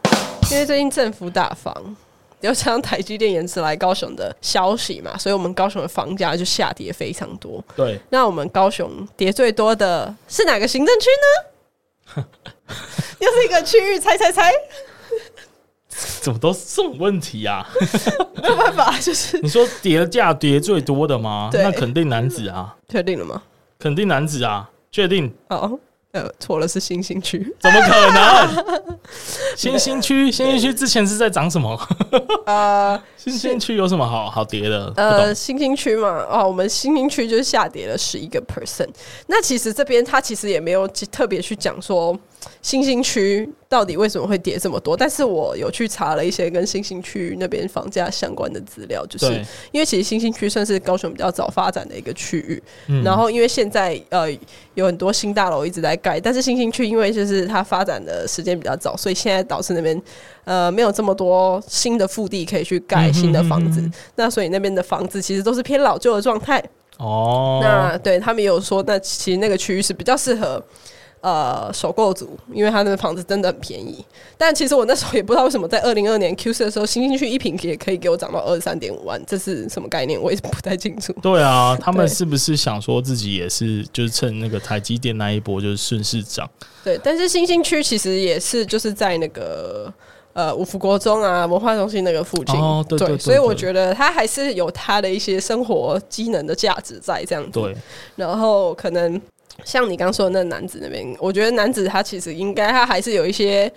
Speaker 4: 因为最近政府打房，有像台积电延迟来高雄的消息嘛，所以我们高雄的房价就下跌非常多。
Speaker 3: 对，
Speaker 4: 那我们高雄跌最多的是哪个行政区 呢？又是一个区域，猜猜猜，
Speaker 3: 怎么都是这种问题啊？
Speaker 4: 没有办法，就是
Speaker 3: 你说叠价叠最多的吗？
Speaker 4: 对
Speaker 3: 那肯定男子啊，
Speaker 4: 确定了吗？
Speaker 3: 肯定男子啊，确定
Speaker 4: 好，呃，错了，是新兴区。
Speaker 3: 怎么可能？ 新兴区，新兴区之前是在涨什么？
Speaker 4: 呃
Speaker 3: 新兴区有什么好好跌的？不
Speaker 4: 呃，
Speaker 3: 懂。
Speaker 4: 新兴区嘛，哦，我们新兴区就是下跌了十一个 percent。那其实这边它其实也没有特别去讲说新兴区到底为什么会跌这么多，但是我有去查了一些跟新兴区那边房价相关的资料，就是
Speaker 3: 对，
Speaker 4: 因为其实新兴区算是高雄比较早发展的一个区域，
Speaker 3: 嗯
Speaker 4: 然后因为现在呃有很多新大楼一直在盖，但是新兴区因为就是它发展的时间比较早，所以现在导致那边呃没有这么多新的腹地可以去盖
Speaker 3: 嗯哼
Speaker 4: 新的房子，
Speaker 3: 嗯哼
Speaker 4: 那所以那边的房子其实都是偏老旧的状态。
Speaker 3: 哦，
Speaker 4: 那对他们也有说，那其实那个区域是比较适合。呃，首购族，因为他那个房子真的很便宜，但其实我那时候也不知道为什么，在二零二年 Q 四的时候，新兴区一平也可以给我涨到二十三点五万，这是什么概念？我也不太清楚。
Speaker 3: 对啊，他们
Speaker 4: 对
Speaker 3: 是不是想说自己也是，就是趁那个台积电那一波就是顺势涨？
Speaker 4: 对，但是新兴区其实也是就是在那个呃五福国中啊文化中心那个附近，
Speaker 3: 哦对对对
Speaker 4: 所以我
Speaker 3: 对
Speaker 4: 觉得它还是有它的一些生活机能的价值在这样子。
Speaker 3: 对，
Speaker 4: 然后可能像你刚说的那男子那边，我觉得男子他其实应该他还是有一些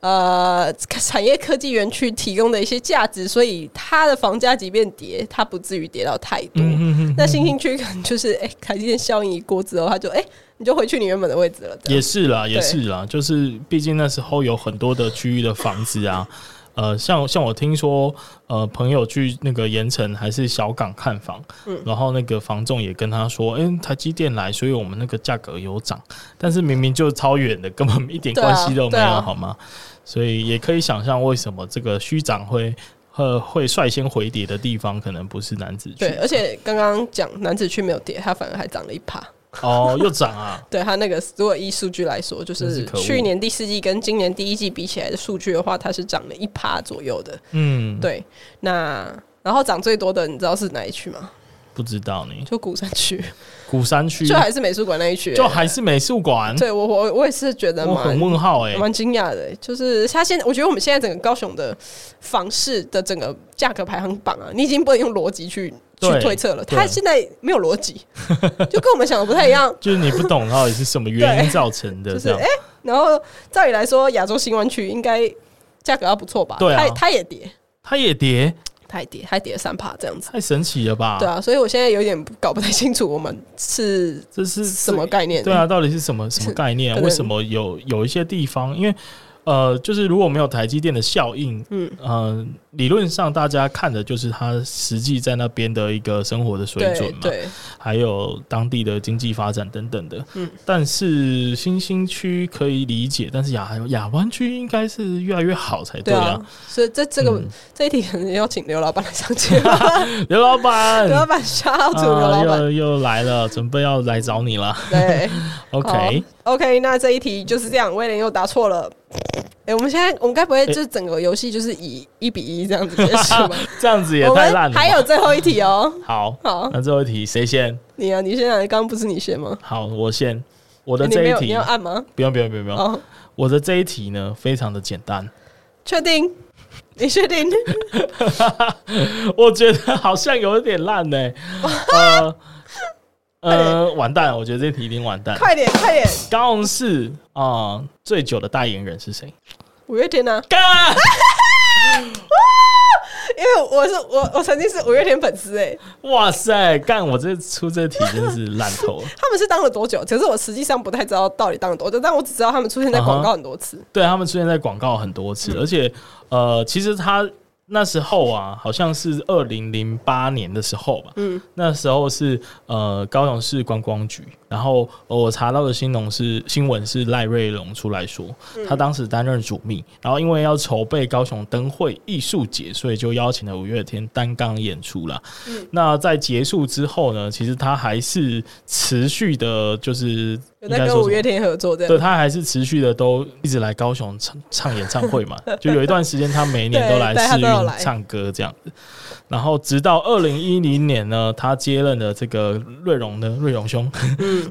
Speaker 4: 呃产业科技园区提供的一些价值，所以它的房价即便跌，它不至于跌到太多。
Speaker 3: 嗯哼哼
Speaker 4: 那新兴区可能就是哎、台积电效应一过之后，它就哎、你就回去你原本的位置了。这样
Speaker 3: 也是啦，也是啦，就是毕竟那时候有很多的区域的房子啊， 呃，像像我听说，呃，朋友去那个盐城还是小港看房，
Speaker 4: 嗯
Speaker 3: 然后那个房仲也跟他说，哎、台积电来，所以我们那个价格有涨，但是明明就超远的，根本一点
Speaker 4: 对啊
Speaker 3: 关系都没
Speaker 4: 对
Speaker 3: 有，
Speaker 4: 啊
Speaker 3: 好吗？所以也可以想象为什么这个虚涨会。呃，会率先回跌的地方可能不是男子区
Speaker 4: 对，而且刚刚讲男子区没有跌，它反而还涨了一趴。
Speaker 3: 哦，又涨啊！
Speaker 4: 对它那个，如果依数据来说，就
Speaker 3: 真是
Speaker 4: 是
Speaker 3: 可恶
Speaker 4: 去年第四季跟今年第一季比起来的数据的话，它是涨了一趴左右的。
Speaker 3: 嗯，
Speaker 4: 对，那然后涨最多的，你知道是哪一区吗？
Speaker 3: 不知道呢，
Speaker 4: 就古山区，
Speaker 3: 鼓山区
Speaker 4: 就还是美啊术馆那一区、欸
Speaker 3: 就还是美术馆，
Speaker 4: 对我我我也是觉得
Speaker 3: 我很
Speaker 4: 蛮
Speaker 3: 问号哎、
Speaker 4: 蛮惊讶的、欸就是它现在，我觉得我们现在整个高雄的房市的整个价格排行榜啊，你已经不能用逻辑去去
Speaker 3: 对
Speaker 4: 推测了，
Speaker 3: 对
Speaker 4: 它现在没有逻辑，就跟我们想的不太一样。
Speaker 3: 就是你不懂到底是什么原 因造成的
Speaker 4: 就是
Speaker 3: 这样。
Speaker 4: 然后照理来说，亚洲新湾区应该价格要不错吧？
Speaker 3: 对啊
Speaker 4: 它它也跌，
Speaker 3: 它也跌，
Speaker 4: 它也跌，它也跌了三趴这样子。
Speaker 3: 太神奇了吧？
Speaker 4: 对啊，所以我现在有点搞不太清楚，我们是
Speaker 3: 这是
Speaker 4: 什么？概念？
Speaker 3: 对啊，，到底是什 么什么
Speaker 4: 是
Speaker 3: 概念啊？
Speaker 4: 可能
Speaker 3: 为什么有有一些地方，因为呃，就是如果没有台积电的效应，
Speaker 4: 嗯
Speaker 3: 呃，理论上大家看的就是它实际在那边的一个生活的水准嘛，啊
Speaker 4: 对
Speaker 3: 还有当地的经济发展等等的。
Speaker 4: 嗯，
Speaker 3: 但是新兴区可以理解，但是亚亚湾区应该是越来越好才
Speaker 4: 对对
Speaker 3: 啊
Speaker 4: 啊。，所以这这个、
Speaker 3: 嗯
Speaker 4: 这一题可能要请刘老板来上节目，
Speaker 3: 刘老板，
Speaker 4: 刘老板杀 到主刘
Speaker 3: 啊
Speaker 4: 老板。
Speaker 3: 又又来了，准备要来找你了。
Speaker 4: 对
Speaker 3: OK，
Speaker 4: 好 OK，那这一题就是这样，威廉又答错了。哎、我们现在我们该不会就整个游戏就是以一比一这样子结束吧？
Speaker 3: 这样子也
Speaker 4: 我
Speaker 3: 太烂了
Speaker 4: 们
Speaker 3: 吧。
Speaker 4: 还有最后一题哦。
Speaker 3: 好，
Speaker 4: 好，
Speaker 3: 那最后一题谁先？
Speaker 4: 你啊，你先来，刚刚不是你先吗？哎
Speaker 3: 好，我先。我的
Speaker 4: 你
Speaker 3: 这
Speaker 4: 没
Speaker 3: 一
Speaker 4: 有，你
Speaker 3: 题
Speaker 4: 要按吗？
Speaker 3: 不用不用不用不用，
Speaker 4: 哦，
Speaker 3: 我的这一题呢非常的简单，
Speaker 4: 确定？你确定？
Speaker 3: 我觉得好像有点烂 呢。呃呃，完蛋了，我觉得这题一定完蛋。
Speaker 4: 快点，快点！
Speaker 3: 高雄市啊、最久的代言人是谁？
Speaker 4: 五月天呢、啊？
Speaker 3: 干！
Speaker 4: 因为我是我，我曾经是五月天粉丝哎、
Speaker 3: 哇塞，干！我这出这题真是烂透了。
Speaker 4: 他们是当了多久？可是我实际上不太知道到底当了多久，但我只知道他们出现在广
Speaker 3: 啊哈
Speaker 4: 告很多次。
Speaker 3: 对他们出现在广告很多
Speaker 4: 嗯
Speaker 3: 次，而且呃，其实他那时候啊，好像是二零零八年的时候吧，嗯，那时候是呃高雄市观光局，然后呃我查到的新闻是新闻是赖瑞龙出来说，
Speaker 4: 嗯
Speaker 3: 他当时担任主秘，然后因为要筹备高雄灯会艺术节，所以就邀请了五月天单杠演出啦。
Speaker 4: 嗯
Speaker 3: 那在结束之后呢，其实他还是持续的，就是
Speaker 4: 有
Speaker 3: 应该
Speaker 4: 在跟
Speaker 3: 说什
Speaker 4: 五
Speaker 3: 么
Speaker 4: 月天合作这
Speaker 3: 对
Speaker 4: 样。
Speaker 3: 他还是持续的都一直来高雄唱唱演唱 会嘛，就有一段时间他每年都来
Speaker 4: 对对他
Speaker 3: 试
Speaker 4: 都有
Speaker 3: 运
Speaker 4: 来
Speaker 3: 唱歌这样子，然后直到二零一零年呢，他接任了这个瑞荣的瑞荣兄，
Speaker 4: 嗯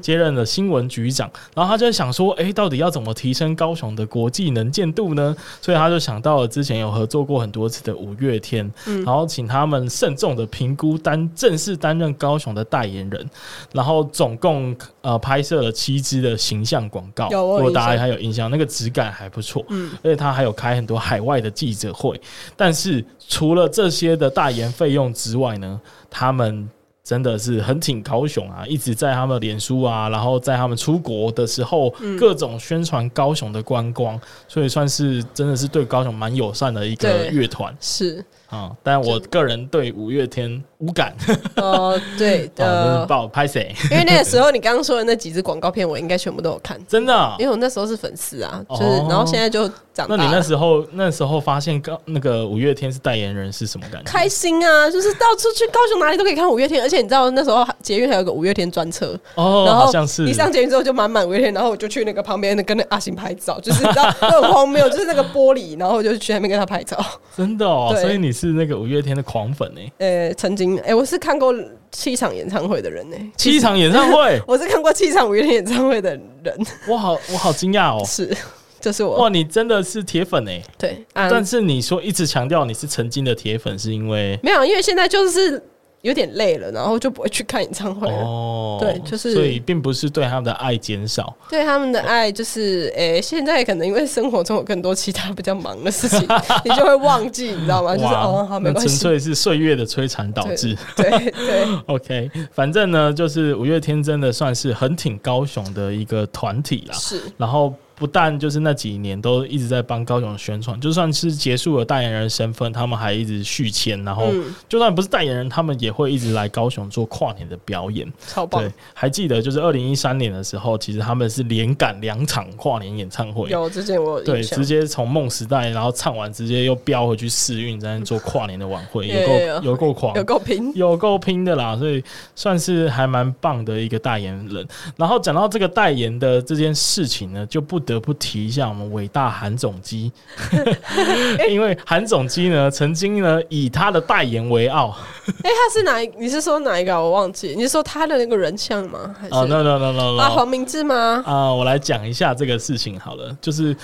Speaker 3: 接任了新闻局长。然后他就在想说，诶，到底要怎么提升高雄的国际能见度呢？所以他就想到了之前有合作过很多次的五月天，
Speaker 4: 嗯
Speaker 3: 然后请他们慎重的评估担正式担任高雄的代言人，然后总共呃拍摄了七支的形象广告，
Speaker 4: 有我有
Speaker 3: 如果大
Speaker 4: 印
Speaker 3: 家
Speaker 4: 象
Speaker 3: 还有印象，那个质感还不错，
Speaker 4: 嗯
Speaker 3: 而且他还有开很多海外的记者会。但是除了这些的代言费用之外呢，他们真的是很挺高雄啊，一直在他们脸书啊，然后在他们出国的时候，
Speaker 4: 嗯
Speaker 3: 各种宣传高雄的观光，所以算是真的是对高雄蛮友善的一个
Speaker 4: 对
Speaker 3: 乐团
Speaker 4: 是，
Speaker 3: 啊。但我个人对五月天无感，
Speaker 4: 呃，对
Speaker 3: 啊，
Speaker 4: 的
Speaker 3: 不，好拍谁？
Speaker 4: 因为那个时候你刚刚说的那几支广告片，我应该全部都有看，
Speaker 3: 真的啊
Speaker 4: 因。为我那时候是粉丝啊，就是
Speaker 3: 哦
Speaker 4: 然后现在就长
Speaker 3: 那
Speaker 4: 大
Speaker 3: 你那
Speaker 4: 了。
Speaker 3: 时候那时候发现高那个五月天是代言人是什么感觉？
Speaker 4: 开心啊！就是到处去高雄哪里都可以看五月天，而且你知道那时候捷运还有个五月天专车，
Speaker 3: 哦，
Speaker 4: 然
Speaker 3: 好
Speaker 4: 后
Speaker 3: 像是
Speaker 4: 一上捷运之后就满满五月天，然后我就去那个旁边的跟那阿星拍照，就是你知 道那种荒谬，就是那个玻璃，然后我就去那边跟他拍照。
Speaker 3: 真的哦，
Speaker 4: 对
Speaker 3: 所以你是那个五月天的狂粉哎、
Speaker 4: 呃，曾经哎、我是看过七场演唱会的人呢、，
Speaker 3: 七场演唱会
Speaker 4: 我是看过七场五月天演唱会的人，
Speaker 3: 我好我好惊讶哦，
Speaker 4: 是， 就是我
Speaker 3: 哇，你真的是铁粉哎、
Speaker 4: 对啊，
Speaker 3: 但是你说一直强调你是曾经的铁粉，是因为
Speaker 4: 没有，啊因为现在就是有点累了，然后就不会去看演唱会了。
Speaker 3: 哦，
Speaker 4: 对就是
Speaker 3: 所以并不是对他们的爱减少，
Speaker 4: 对他们的爱就是，诶、现在可能因为生活中有更多其他比较忙 的事情，你就会忘记，你知道吗？就是哦，好，没
Speaker 3: 那
Speaker 4: 关
Speaker 3: 纯
Speaker 4: 系。
Speaker 3: 粹是岁月的摧残导致。
Speaker 4: 对对，
Speaker 3: OK，反正呢，就是五月天真的算是很挺高雄的一个团体啦，
Speaker 4: 是
Speaker 3: 然后不但就是那几年都一直在帮高雄宣传，就算是结束了代言人身份，他们还一直续签，然后
Speaker 4: 嗯
Speaker 3: 就算不是代言人，他们也会一直来高雄做跨年的表演。
Speaker 4: 超棒
Speaker 3: 对，，还记得就是二零一三年的时候，其实他们是连赶两场跨年演唱会。
Speaker 4: 有之前我有
Speaker 3: 对，
Speaker 4: 印象
Speaker 3: 直，接从梦时代，然后唱完，直接又飙回去试运，在那做跨年的晚会，有
Speaker 4: 有有
Speaker 3: 够有够狂，
Speaker 4: 有够拼，
Speaker 3: 有够拼的啦，所以算是还蛮棒的一个代言人。然后讲到这个代言的这件事情呢，就不得不提一下我们伟大韩总 机，因为韩总机呢曾经呢以他的代言为傲啊
Speaker 4: 哎、他是哪一？你是说哪一个啊？我忘记。你是说他的那个人像吗？ 还是、
Speaker 3: ，no no no no
Speaker 4: 啊
Speaker 3: no，
Speaker 4: 黄明志吗？
Speaker 3: 啊，我来讲一下这个事情好了，就是。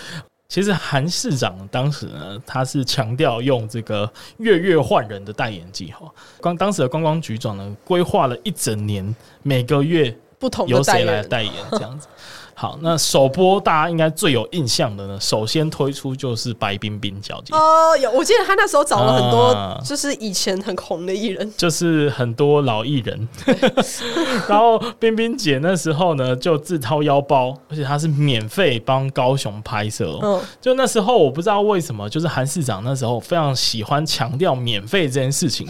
Speaker 3: 其实韩市长当时呢，他是强调用这个月月换人的代言计划。光当时的观光局长呢，规划了一整年，每个月
Speaker 4: 不同的
Speaker 3: 由
Speaker 4: 代
Speaker 3: 谁
Speaker 4: 言
Speaker 3: 来
Speaker 4: 人
Speaker 3: 代言这样子。好，那首播大家应该最有印象的呢，首先推出就是白冰冰小姐，
Speaker 4: 哦，有，我记得他那时候找了很
Speaker 3: 啊
Speaker 4: 多，就是以前很红的艺人，
Speaker 3: 就是很多老艺人。 然后冰冰姐那时候呢，就自掏腰包，而且她是免费帮高雄拍摄、哦。
Speaker 4: 嗯，
Speaker 3: 就那时候我不知道为什么，就是韩市长那时候非常喜欢强调免费这件事情。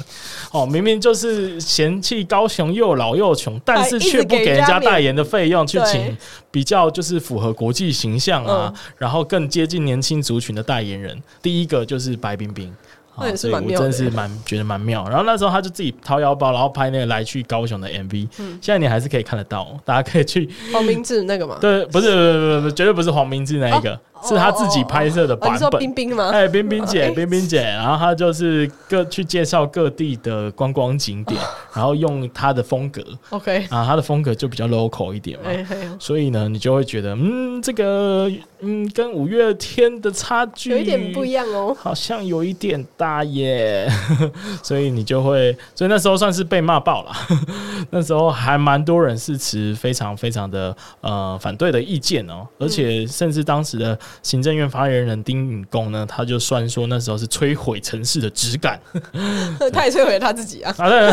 Speaker 3: 哦，明明就是嫌弃高雄又老又穷，但是却不哎给人家代言的费用去请
Speaker 4: 对
Speaker 3: 比较就是符合国际形象啊，然后更接近年轻族群的代言人。第一个就是白冰冰。
Speaker 4: 那也是
Speaker 3: 啊所以
Speaker 4: 蛮
Speaker 3: 我
Speaker 4: 妙
Speaker 3: 真
Speaker 4: 的
Speaker 3: 是蛮觉得蛮妙。然后那时候他就自己掏腰包，然后拍那个来去高雄的 MV，、现
Speaker 4: 嗯
Speaker 3: 在你还是可以看得到， 大家可以去
Speaker 4: 黄明志那个嘛，
Speaker 3: 对，不是，不是，不是，不是，绝对不是黄明志那一个，是他自己拍摄的
Speaker 4: 哦，你
Speaker 3: 版
Speaker 4: 说
Speaker 3: 本
Speaker 4: 冰。冰吗？
Speaker 3: 哎，冰冰姐，
Speaker 4: 哎
Speaker 3: 冰冰姐，然后她就是各去介绍各地的观光景 点，然后用她的风格
Speaker 4: ，OK，
Speaker 3: 啊，她的风格就比较 local 一点嘛，
Speaker 4: 哎哎呦
Speaker 3: 所以呢，你就会觉得，嗯，这个，嗯，跟五月天的差距
Speaker 4: 有一点不一样哦。
Speaker 3: 好像有一点大耶， 所以你就会，所以那时候算是被骂爆了。 那时候还蛮多人是持非常非常的呃反对的意见哦，而且甚至当时的行政院发言人丁允恭呢，他就算说那时候是摧毁城市的质感
Speaker 4: 他也摧毁他自己啊，
Speaker 3: 啊，对，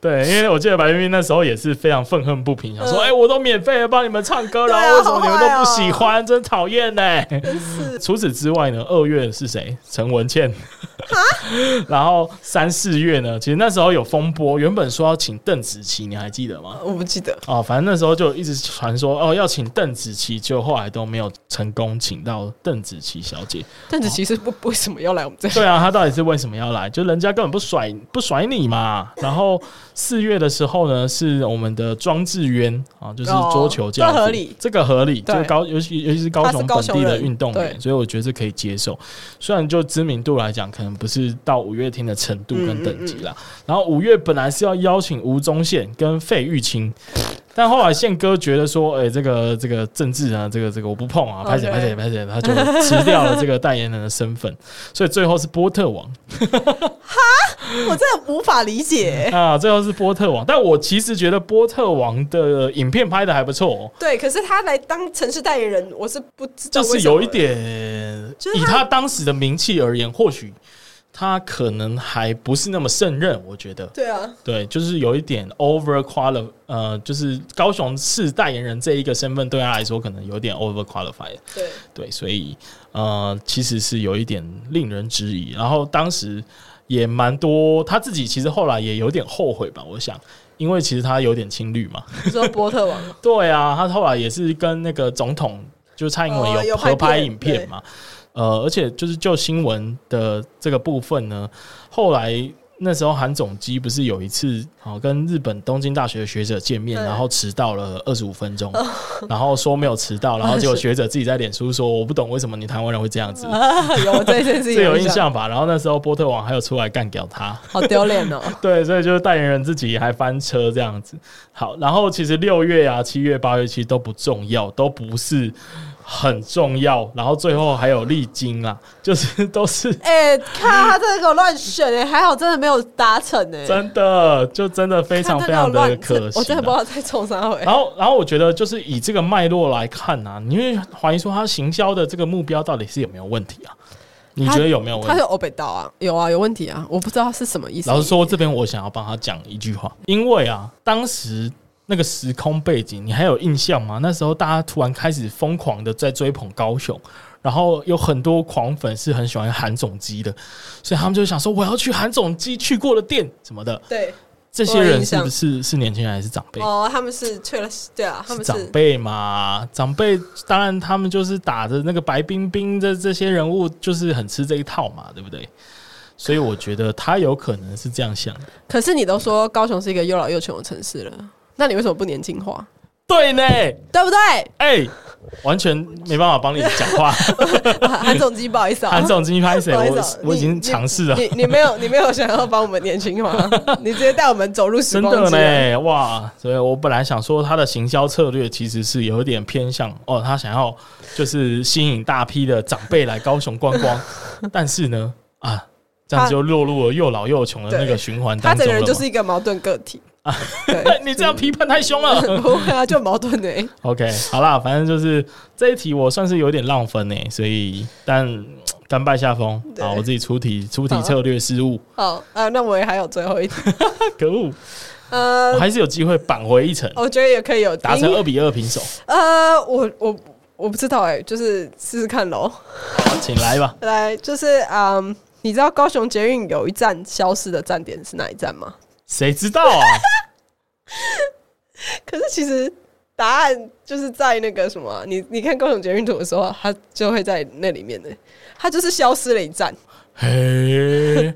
Speaker 3: 对， 因为我记得白冰冰那时候也是非常愤恨不平，想说，
Speaker 4: 嗯
Speaker 3: 哎、我都免费帮你们唱歌了，
Speaker 4: 对啊
Speaker 3: 为什么你们
Speaker 4: 好坏
Speaker 3: 都
Speaker 4: 哦
Speaker 3: 不喜欢？真讨厌呢。
Speaker 4: 真是
Speaker 3: 除此之外呢，二月是谁？陈文茜。 然后三四月呢，其实那时候有风波，原本说要请邓紫棋，你还记得吗？
Speaker 4: 我不记得。
Speaker 3: 哦，反正那时候就一直传说哦要请邓紫棋，就后来都没有成功请到邓紫棋小姐。
Speaker 4: 邓紫棋是不为什么要来我们 这里？
Speaker 3: 对啊，她到底是为什么要来？就人家根本不甩不甩你嘛。然后四月的时候呢，是我们的庄智渊啊，就是
Speaker 4: 哦
Speaker 3: 桌球教父，
Speaker 4: 这合理
Speaker 3: 这个合理，
Speaker 4: 对
Speaker 3: 就高尤其尤其是高雄本
Speaker 4: 他是高
Speaker 3: 地
Speaker 4: 雄
Speaker 3: 的
Speaker 4: 人嗯
Speaker 3: 运动员，
Speaker 4: 对
Speaker 3: 所以我觉得这可以接受。虽然就知名度来讲，可能不是到五月天的程
Speaker 4: 嗯
Speaker 3: 度跟等级啦。然后五月本来是要邀请吴宗宪跟费玉清，但后来宪哥觉得说，哎、这个这个政治啊，这个这个我不碰啊，
Speaker 4: OK
Speaker 3: 拍谁拍谁拍谁，他就辞掉了这个代言人的身 份，所以最后是波特王
Speaker 4: 我真的无法理解。
Speaker 3: 啊，最后是波特王。但我其实觉得波特王的影片拍的还不错、哦，
Speaker 4: 对，可是他来当城市代言人，我是不知
Speaker 3: 就
Speaker 4: 道为什么，
Speaker 3: 是有一点
Speaker 4: 就是
Speaker 3: 以
Speaker 4: 他
Speaker 3: 他当时的名气而言，或许他可能还不是那么胜任，我觉得。
Speaker 4: 对啊，
Speaker 3: 对，就是有一点 over qualify，呃，就是高雄市代言人这一个身份对他来说可能有点 over qualified，
Speaker 4: 对，
Speaker 3: 对，所以呃，其实是有一点令人质疑。然后当时也蛮多，他自己其实后来也有点后悔吧，我想，因为其实他有点青绿嘛，
Speaker 4: 你说波特 王
Speaker 3: 对啊，他后来也是跟那个总统，就是蔡英
Speaker 4: 哦
Speaker 3: 文
Speaker 4: 有
Speaker 3: 有
Speaker 4: 拍
Speaker 3: 合拍
Speaker 4: 片
Speaker 3: 影片嘛。呃，而且就是就新闻的这个部分呢，后来那时候韩总机不是有一次哦跟日本东京大学的学者见面，
Speaker 4: 对
Speaker 3: 然后迟到了二十五分钟，然后说没有迟到，然后结果学者自己在脸书说我不懂为什么你台湾人会这样子，
Speaker 4: 啊，有我这件事
Speaker 3: 这
Speaker 4: 情
Speaker 3: 有印，象吧？然后那时候波特王还有出来干掉他。
Speaker 4: 好丢脸哦。
Speaker 3: 对，所以就是代言人自己还翻车这样子。好，然后其实六月啊、七月、八月其实都不重要，都不是很重要。然后最后还有历经啊，就是 都是
Speaker 5: 哎、看他真的给我乱选哎、还好真的没有达成哎、
Speaker 3: 真的，就真的非常
Speaker 4: 看
Speaker 3: 非
Speaker 4: 到
Speaker 3: 常
Speaker 4: 那种
Speaker 3: 的
Speaker 4: 乱
Speaker 3: 可惜、
Speaker 4: 我真的不知
Speaker 3: 啊。
Speaker 4: 道在冲啥回
Speaker 3: 然。后，然后我觉得就是以这个脉络来看啊，你会怀疑说他行销的这个目标到底是有没有问题啊？你觉得有没有问
Speaker 4: 他
Speaker 3: 题
Speaker 4: 有？欧北道啊，有啊，有问题啊，我不知道是什么意思。
Speaker 3: 老实说，这边我想要帮他讲一句话，因为啊，当时那个时空背景，你还有印象吗？那时候大家突然开始疯狂的在追捧高雄，然后有很多狂粉是很喜欢韩总机的，所以他们就想说，我要去韩总机去过的店什么的。
Speaker 4: 对
Speaker 3: 这些
Speaker 4: 我有
Speaker 3: 人
Speaker 4: 印
Speaker 3: 是
Speaker 4: 象
Speaker 3: 不是是年轻人还是长辈？
Speaker 4: 哦，他们是去了，对啊，他
Speaker 3: 是
Speaker 4: 们
Speaker 3: 长
Speaker 4: 是
Speaker 3: 辈嘛，长辈当然他们就是打着那个白冰冰的这些人物，就是很吃这一套嘛，对不对？所以我觉得他有可能是这样想的。
Speaker 4: 可是你都说高雄是一个又老又穷的城市了，那你为什么不年轻化？
Speaker 3: 对呢，
Speaker 4: 对不对？
Speaker 3: 哎、完全没办法帮你讲 话。
Speaker 4: 啊 韩总机，不好意思啊，
Speaker 3: 韩总经拍谁？
Speaker 4: 不好意思
Speaker 3: 我
Speaker 4: 啊
Speaker 3: 我已经
Speaker 4: 你
Speaker 3: 尝试了，
Speaker 4: 你你没有你没有想要帮我们年轻化，啊你直接带我们走入时
Speaker 3: 真
Speaker 4: 光
Speaker 3: 的
Speaker 4: 机啊了。
Speaker 3: 呢，哇！所以我本来想说，他的行销策略其实是有点偏向哦，他想要就是吸引大批的长辈来高雄观光，但是 呢，啊，这样
Speaker 4: 他
Speaker 3: 就落入了又老又穷的那个循环
Speaker 4: 他
Speaker 3: 当中
Speaker 4: 整个
Speaker 3: 了
Speaker 4: 人
Speaker 3: 嘛。哎
Speaker 4: 就是一个矛盾个体啊，对，
Speaker 3: 你这样批判太凶 了。
Speaker 4: 不会啊，就矛盾呢。
Speaker 3: OK，好啦，反正就是这一题我算是有点浪分呢、所以但甘拜下风
Speaker 4: 对
Speaker 3: 啊，我自己出题出题
Speaker 4: 好
Speaker 3: 策略失误，
Speaker 4: 好啊，那我也还有最后一题，
Speaker 3: 可恶，我
Speaker 4: 呃，
Speaker 3: 还是有机会扳回一城，
Speaker 4: 我觉得也可以有
Speaker 3: 达成
Speaker 4: 赢
Speaker 3: 二比二平手，
Speaker 4: 呃，我我我不知道哎、就是试试看喽。
Speaker 3: 好请来吧。
Speaker 4: 来，就是嗯，你知道高雄捷运有一站消失的站点是哪一站吗？
Speaker 3: 谁知道 啊？
Speaker 4: 可是其实答案就是在那个什么啊、你你看高雄捷运图的时候，啊它就会在那里面的，欸它就是消失了一站。
Speaker 3: 嘿，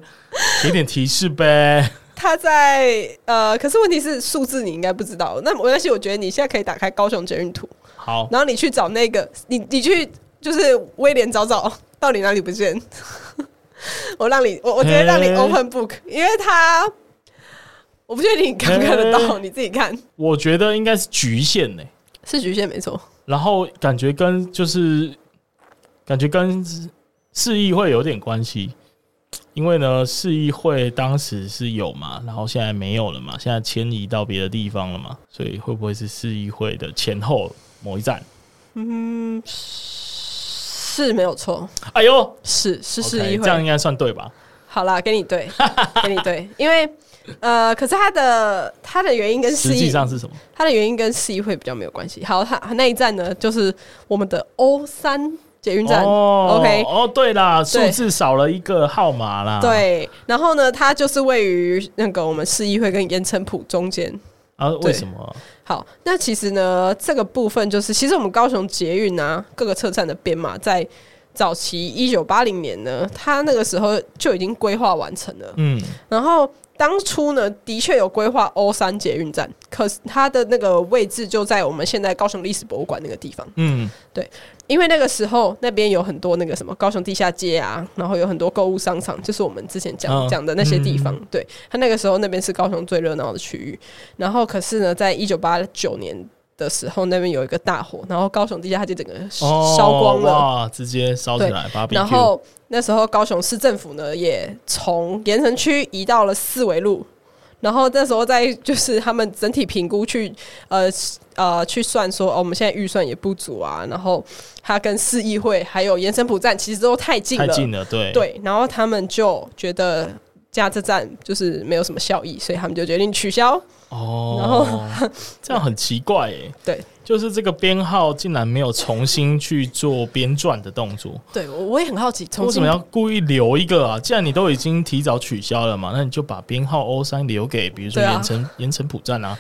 Speaker 3: 给点提示呗。
Speaker 4: 它在呃，可是问题是数字你应该不知道。那没关系，我觉得你现在可以打开高雄捷运图，
Speaker 3: 好，
Speaker 4: 然后你去找那个，你你去就是威廉找找到底哪里不见。 我让你，我我直接让你
Speaker 3: 欸
Speaker 4: open book，、因为他我不确定你看不看得到，
Speaker 3: 欸
Speaker 4: 你自己看
Speaker 3: 我觉得应该是局限呢、
Speaker 4: 是局限没错。
Speaker 3: 然后感觉跟就是感觉跟市议会有点关系，因为呢，市议会当时是有嘛，然后现在没有了嘛，现在迁移到别的地方了嘛，所以会不会是市议会的前后某一站？
Speaker 4: 嗯，是没有错，
Speaker 3: 哎呦，
Speaker 4: 是是是
Speaker 3: OK，
Speaker 4: 一
Speaker 3: 这样
Speaker 4: 会。
Speaker 3: 应该算对吧？
Speaker 4: 好啦，给 你对，给你对，因为呃，可是他的他的原因跟
Speaker 3: 实
Speaker 4: 市
Speaker 3: 际
Speaker 4: 议
Speaker 3: 上是什么？
Speaker 4: 他的原因跟市议会比较没有关系。好，他那一站呢，就是我们的欧三捷运站。
Speaker 3: 哦
Speaker 4: OK，
Speaker 3: 哦，对啦，数
Speaker 4: 对
Speaker 3: 字少了一个号码啦。
Speaker 4: 对，然后呢，它就是位于那个我们市议会跟盐城埔中间。
Speaker 3: 啊，为
Speaker 4: 对
Speaker 3: 什么？
Speaker 4: 好，那其实呢，这个部分就是，其实我们高雄捷运啊，各个车站的编码，在早期一九八零年呢，它那个时候就已经规划完成了。
Speaker 3: 嗯，
Speaker 4: 然后当初呢，的确有规划欧三捷运站，可是它的那个位置就在我们现在高雄历史博物馆那个地方。
Speaker 3: 嗯，
Speaker 4: 因为那个时候那边有很多那个什么高雄地下街啊，然后有很多购物商场，就是我们之前讲
Speaker 3: 嗯
Speaker 4: 讲、的那些地方。
Speaker 3: 嗯
Speaker 4: 对，它那个时候那边是高雄最热闹的区域。然后可是呢，在一九八九年的时候，那边有一个大火，然后高雄地下街整个
Speaker 3: 哦
Speaker 4: 烧光了。
Speaker 3: 哇，直接烧起来，BBQ，
Speaker 4: 然后那时候高雄市政府呢，也从盐城区移到了四维路。然后那时候在就是他们整体评估去呃呃去算说哦我们现在预算也不足啊，然后它跟市议会还有盐城埔站其实都太近
Speaker 3: 太
Speaker 4: 了，
Speaker 3: 近了，对，
Speaker 4: 对，然后他们就觉得加这站就是没有什么效益，所以他们就决定取消。
Speaker 3: 哦，
Speaker 4: 然后
Speaker 3: 这样很奇怪诶，
Speaker 4: 对，
Speaker 3: 就是这个编号竟然没有重新去做编撰的动作，
Speaker 4: 对我我也很好奇，
Speaker 3: 为
Speaker 4: 重
Speaker 3: 什
Speaker 4: 新
Speaker 3: 么要故意留一个啊？既然你都已经提早取消了嘛，那你就把编号 O 三留给，比如说
Speaker 4: 对啊
Speaker 3: 盐城盐城浦站 啊，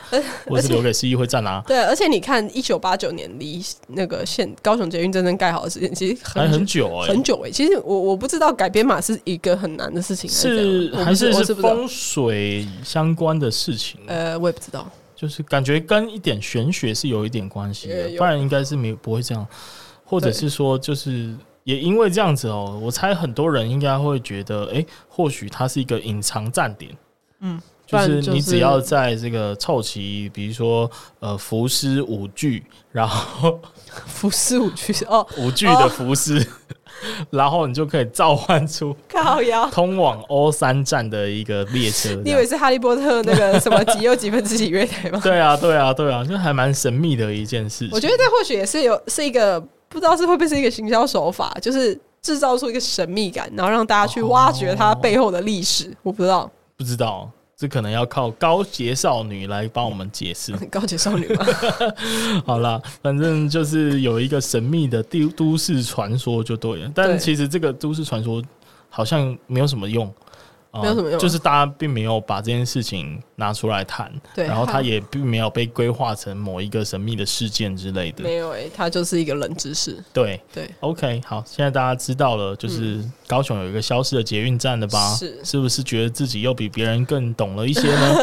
Speaker 3: 或
Speaker 4: 而
Speaker 3: 者是
Speaker 4: 且
Speaker 3: 留给市议会站 啊，
Speaker 4: 对，而且你看一九八九年离那个县高雄捷运真正盖好的时间，其实
Speaker 3: 还
Speaker 4: 久
Speaker 3: 很久哎、
Speaker 4: 很久哎、其实我我不知道改编码是一个很难的事情，
Speaker 3: 是还
Speaker 4: 还是
Speaker 3: 是
Speaker 4: 这样我不
Speaker 3: 是
Speaker 4: 是我不知道
Speaker 3: 风水相关的事情，
Speaker 4: 呃，我也不知道。
Speaker 3: 就是感觉跟一点玄学是有一点关系
Speaker 4: 也
Speaker 3: 的，
Speaker 4: 呃有
Speaker 3: 不然应该是没有不会这样，或者
Speaker 4: 对
Speaker 3: 是说就是。也因为这样子哦，我猜很多人应该会觉得，诶，或许它是一个隐藏站点。
Speaker 4: 嗯，
Speaker 3: 就
Speaker 4: 不
Speaker 3: 是
Speaker 4: 然就是
Speaker 3: 你只要在这个凑齐，比如说呃服饰舞具，然后
Speaker 4: 服饰舞区哦，
Speaker 3: 舞具的服饰， 然后你就可以召唤出
Speaker 4: 靠腰。
Speaker 3: 通往欧三站的一个列车。这
Speaker 4: 你以
Speaker 3: 样
Speaker 4: 为是哈利波特那个什么几又几分之几月台吗？
Speaker 3: 对啊，对啊，对啊，就还蛮神秘的一件事情。
Speaker 4: 我觉得这或许也是有是一个不知道是会不会是一个行销手法，就是制造出一个神秘感，然后让大家去挖掘它背后的历史。我不知道，
Speaker 3: 不知道，这可能要靠高洁少女来帮我们解释。
Speaker 4: 高级少女 吗？
Speaker 3: 好啦，反正就是有一个神秘的都都市传说就对了，但
Speaker 4: 对
Speaker 3: 其实这个都市传说好像没有什么用，啊
Speaker 4: 没有什么用啊
Speaker 3: 就是大家并没有把这件事情拿出来谈，
Speaker 4: 对
Speaker 3: 然后
Speaker 4: 好
Speaker 3: 它也并没有被规划成某一个神秘的事件之类的，
Speaker 4: 没有哎、它就是一个冷知识。
Speaker 3: 对。
Speaker 4: 对，
Speaker 3: OK，好，现在大家知道了，就是高雄有一个消失的捷运站了吧？
Speaker 4: 嗯是
Speaker 3: 是不是觉得自己又比别人更懂了一些呢？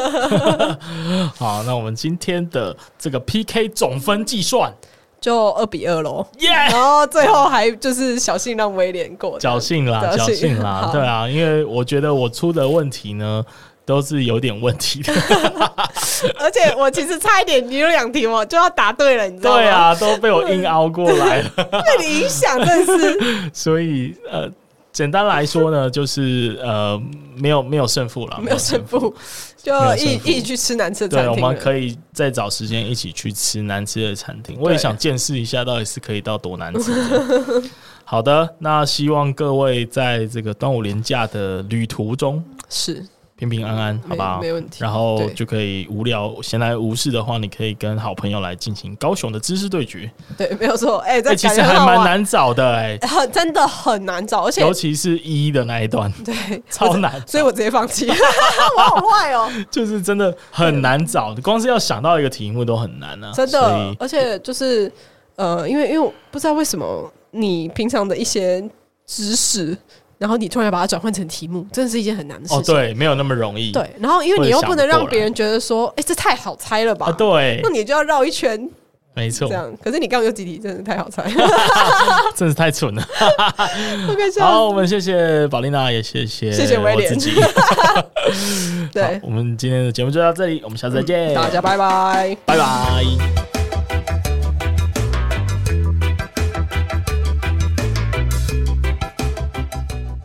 Speaker 3: 好，那我们今天的这个 PK 总分计算，
Speaker 4: 就二比二喽。
Speaker 3: 耶、
Speaker 4: 然后最后还就是小幸让威廉过这样
Speaker 3: 侥幸啦，
Speaker 4: 侥
Speaker 3: 侥
Speaker 4: 幸
Speaker 3: 幸啦，
Speaker 4: 好
Speaker 3: 对啊，因为我觉得我出的问题呢，都是有点问题 的，
Speaker 4: 而且我其实差一点，你有两题我就要答对了，你知道吗？
Speaker 3: 对，啊，都被我硬凹过来了，
Speaker 4: 被你影响真的是
Speaker 3: 所以呃，简单来说呢，就是呃，没有没有胜负啦，
Speaker 4: 没有胜负，就
Speaker 3: 没有
Speaker 4: 一
Speaker 3: 胜负
Speaker 4: 一起去吃难吃的餐
Speaker 3: 对，
Speaker 4: 厅
Speaker 3: 我
Speaker 4: 了。
Speaker 3: 们可以再找时间一起去吃难吃的餐厅。我也想见识一下，到底是可以到多难吃这样。好的， 那希望各位在这个端午连假的旅途中
Speaker 4: 是
Speaker 3: 平平安安，好
Speaker 4: 没
Speaker 3: 不好？
Speaker 4: 没问题。
Speaker 3: 然后
Speaker 4: 对
Speaker 3: 就可以无聊闲来无事的话，你可以跟好朋友来进行高雄的知识对决。
Speaker 4: 对，没有错。哎，
Speaker 3: 哎、
Speaker 4: 这
Speaker 3: 其
Speaker 4: 感
Speaker 3: 实
Speaker 4: 觉
Speaker 3: 还
Speaker 4: 很好
Speaker 3: 蛮
Speaker 4: 玩，
Speaker 3: 难找的哎、
Speaker 4: 很真的很难找，而且
Speaker 3: 尤其是一的那一 段，
Speaker 4: 对
Speaker 3: 超难，
Speaker 4: 所以我直接 放弃。
Speaker 5: 我好坏哦，
Speaker 3: 就是真的很难找。光是要想到一个题目都很难啊，
Speaker 4: 真
Speaker 3: 所
Speaker 4: 的
Speaker 3: 以，
Speaker 4: 而且就是呃，因为因为我不知道为什么你平常的一些知识，然后你突然把它转换成题目，真的是一件很难的事情。
Speaker 3: 哦，对，没有那么容易。
Speaker 4: 对，然后因为你又不能让别人觉得说，哎、这太好猜了吧？
Speaker 3: 啊，对
Speaker 4: 那，你就要绕一圈
Speaker 3: 没错
Speaker 4: 这，样。可是你刚刚有几题真的太好猜，了，
Speaker 3: 真是太蠢了。
Speaker 4: 我快笑
Speaker 3: 好，我们谢谢宝丽娜，也谢谢
Speaker 4: 谢谢威
Speaker 3: 我
Speaker 4: 廉
Speaker 3: 自 己。
Speaker 4: 死。
Speaker 3: 好
Speaker 4: 对，
Speaker 3: 我们今天的节目就到这里，我们下次再见，
Speaker 4: 嗯大家拜拜。
Speaker 3: 拜拜。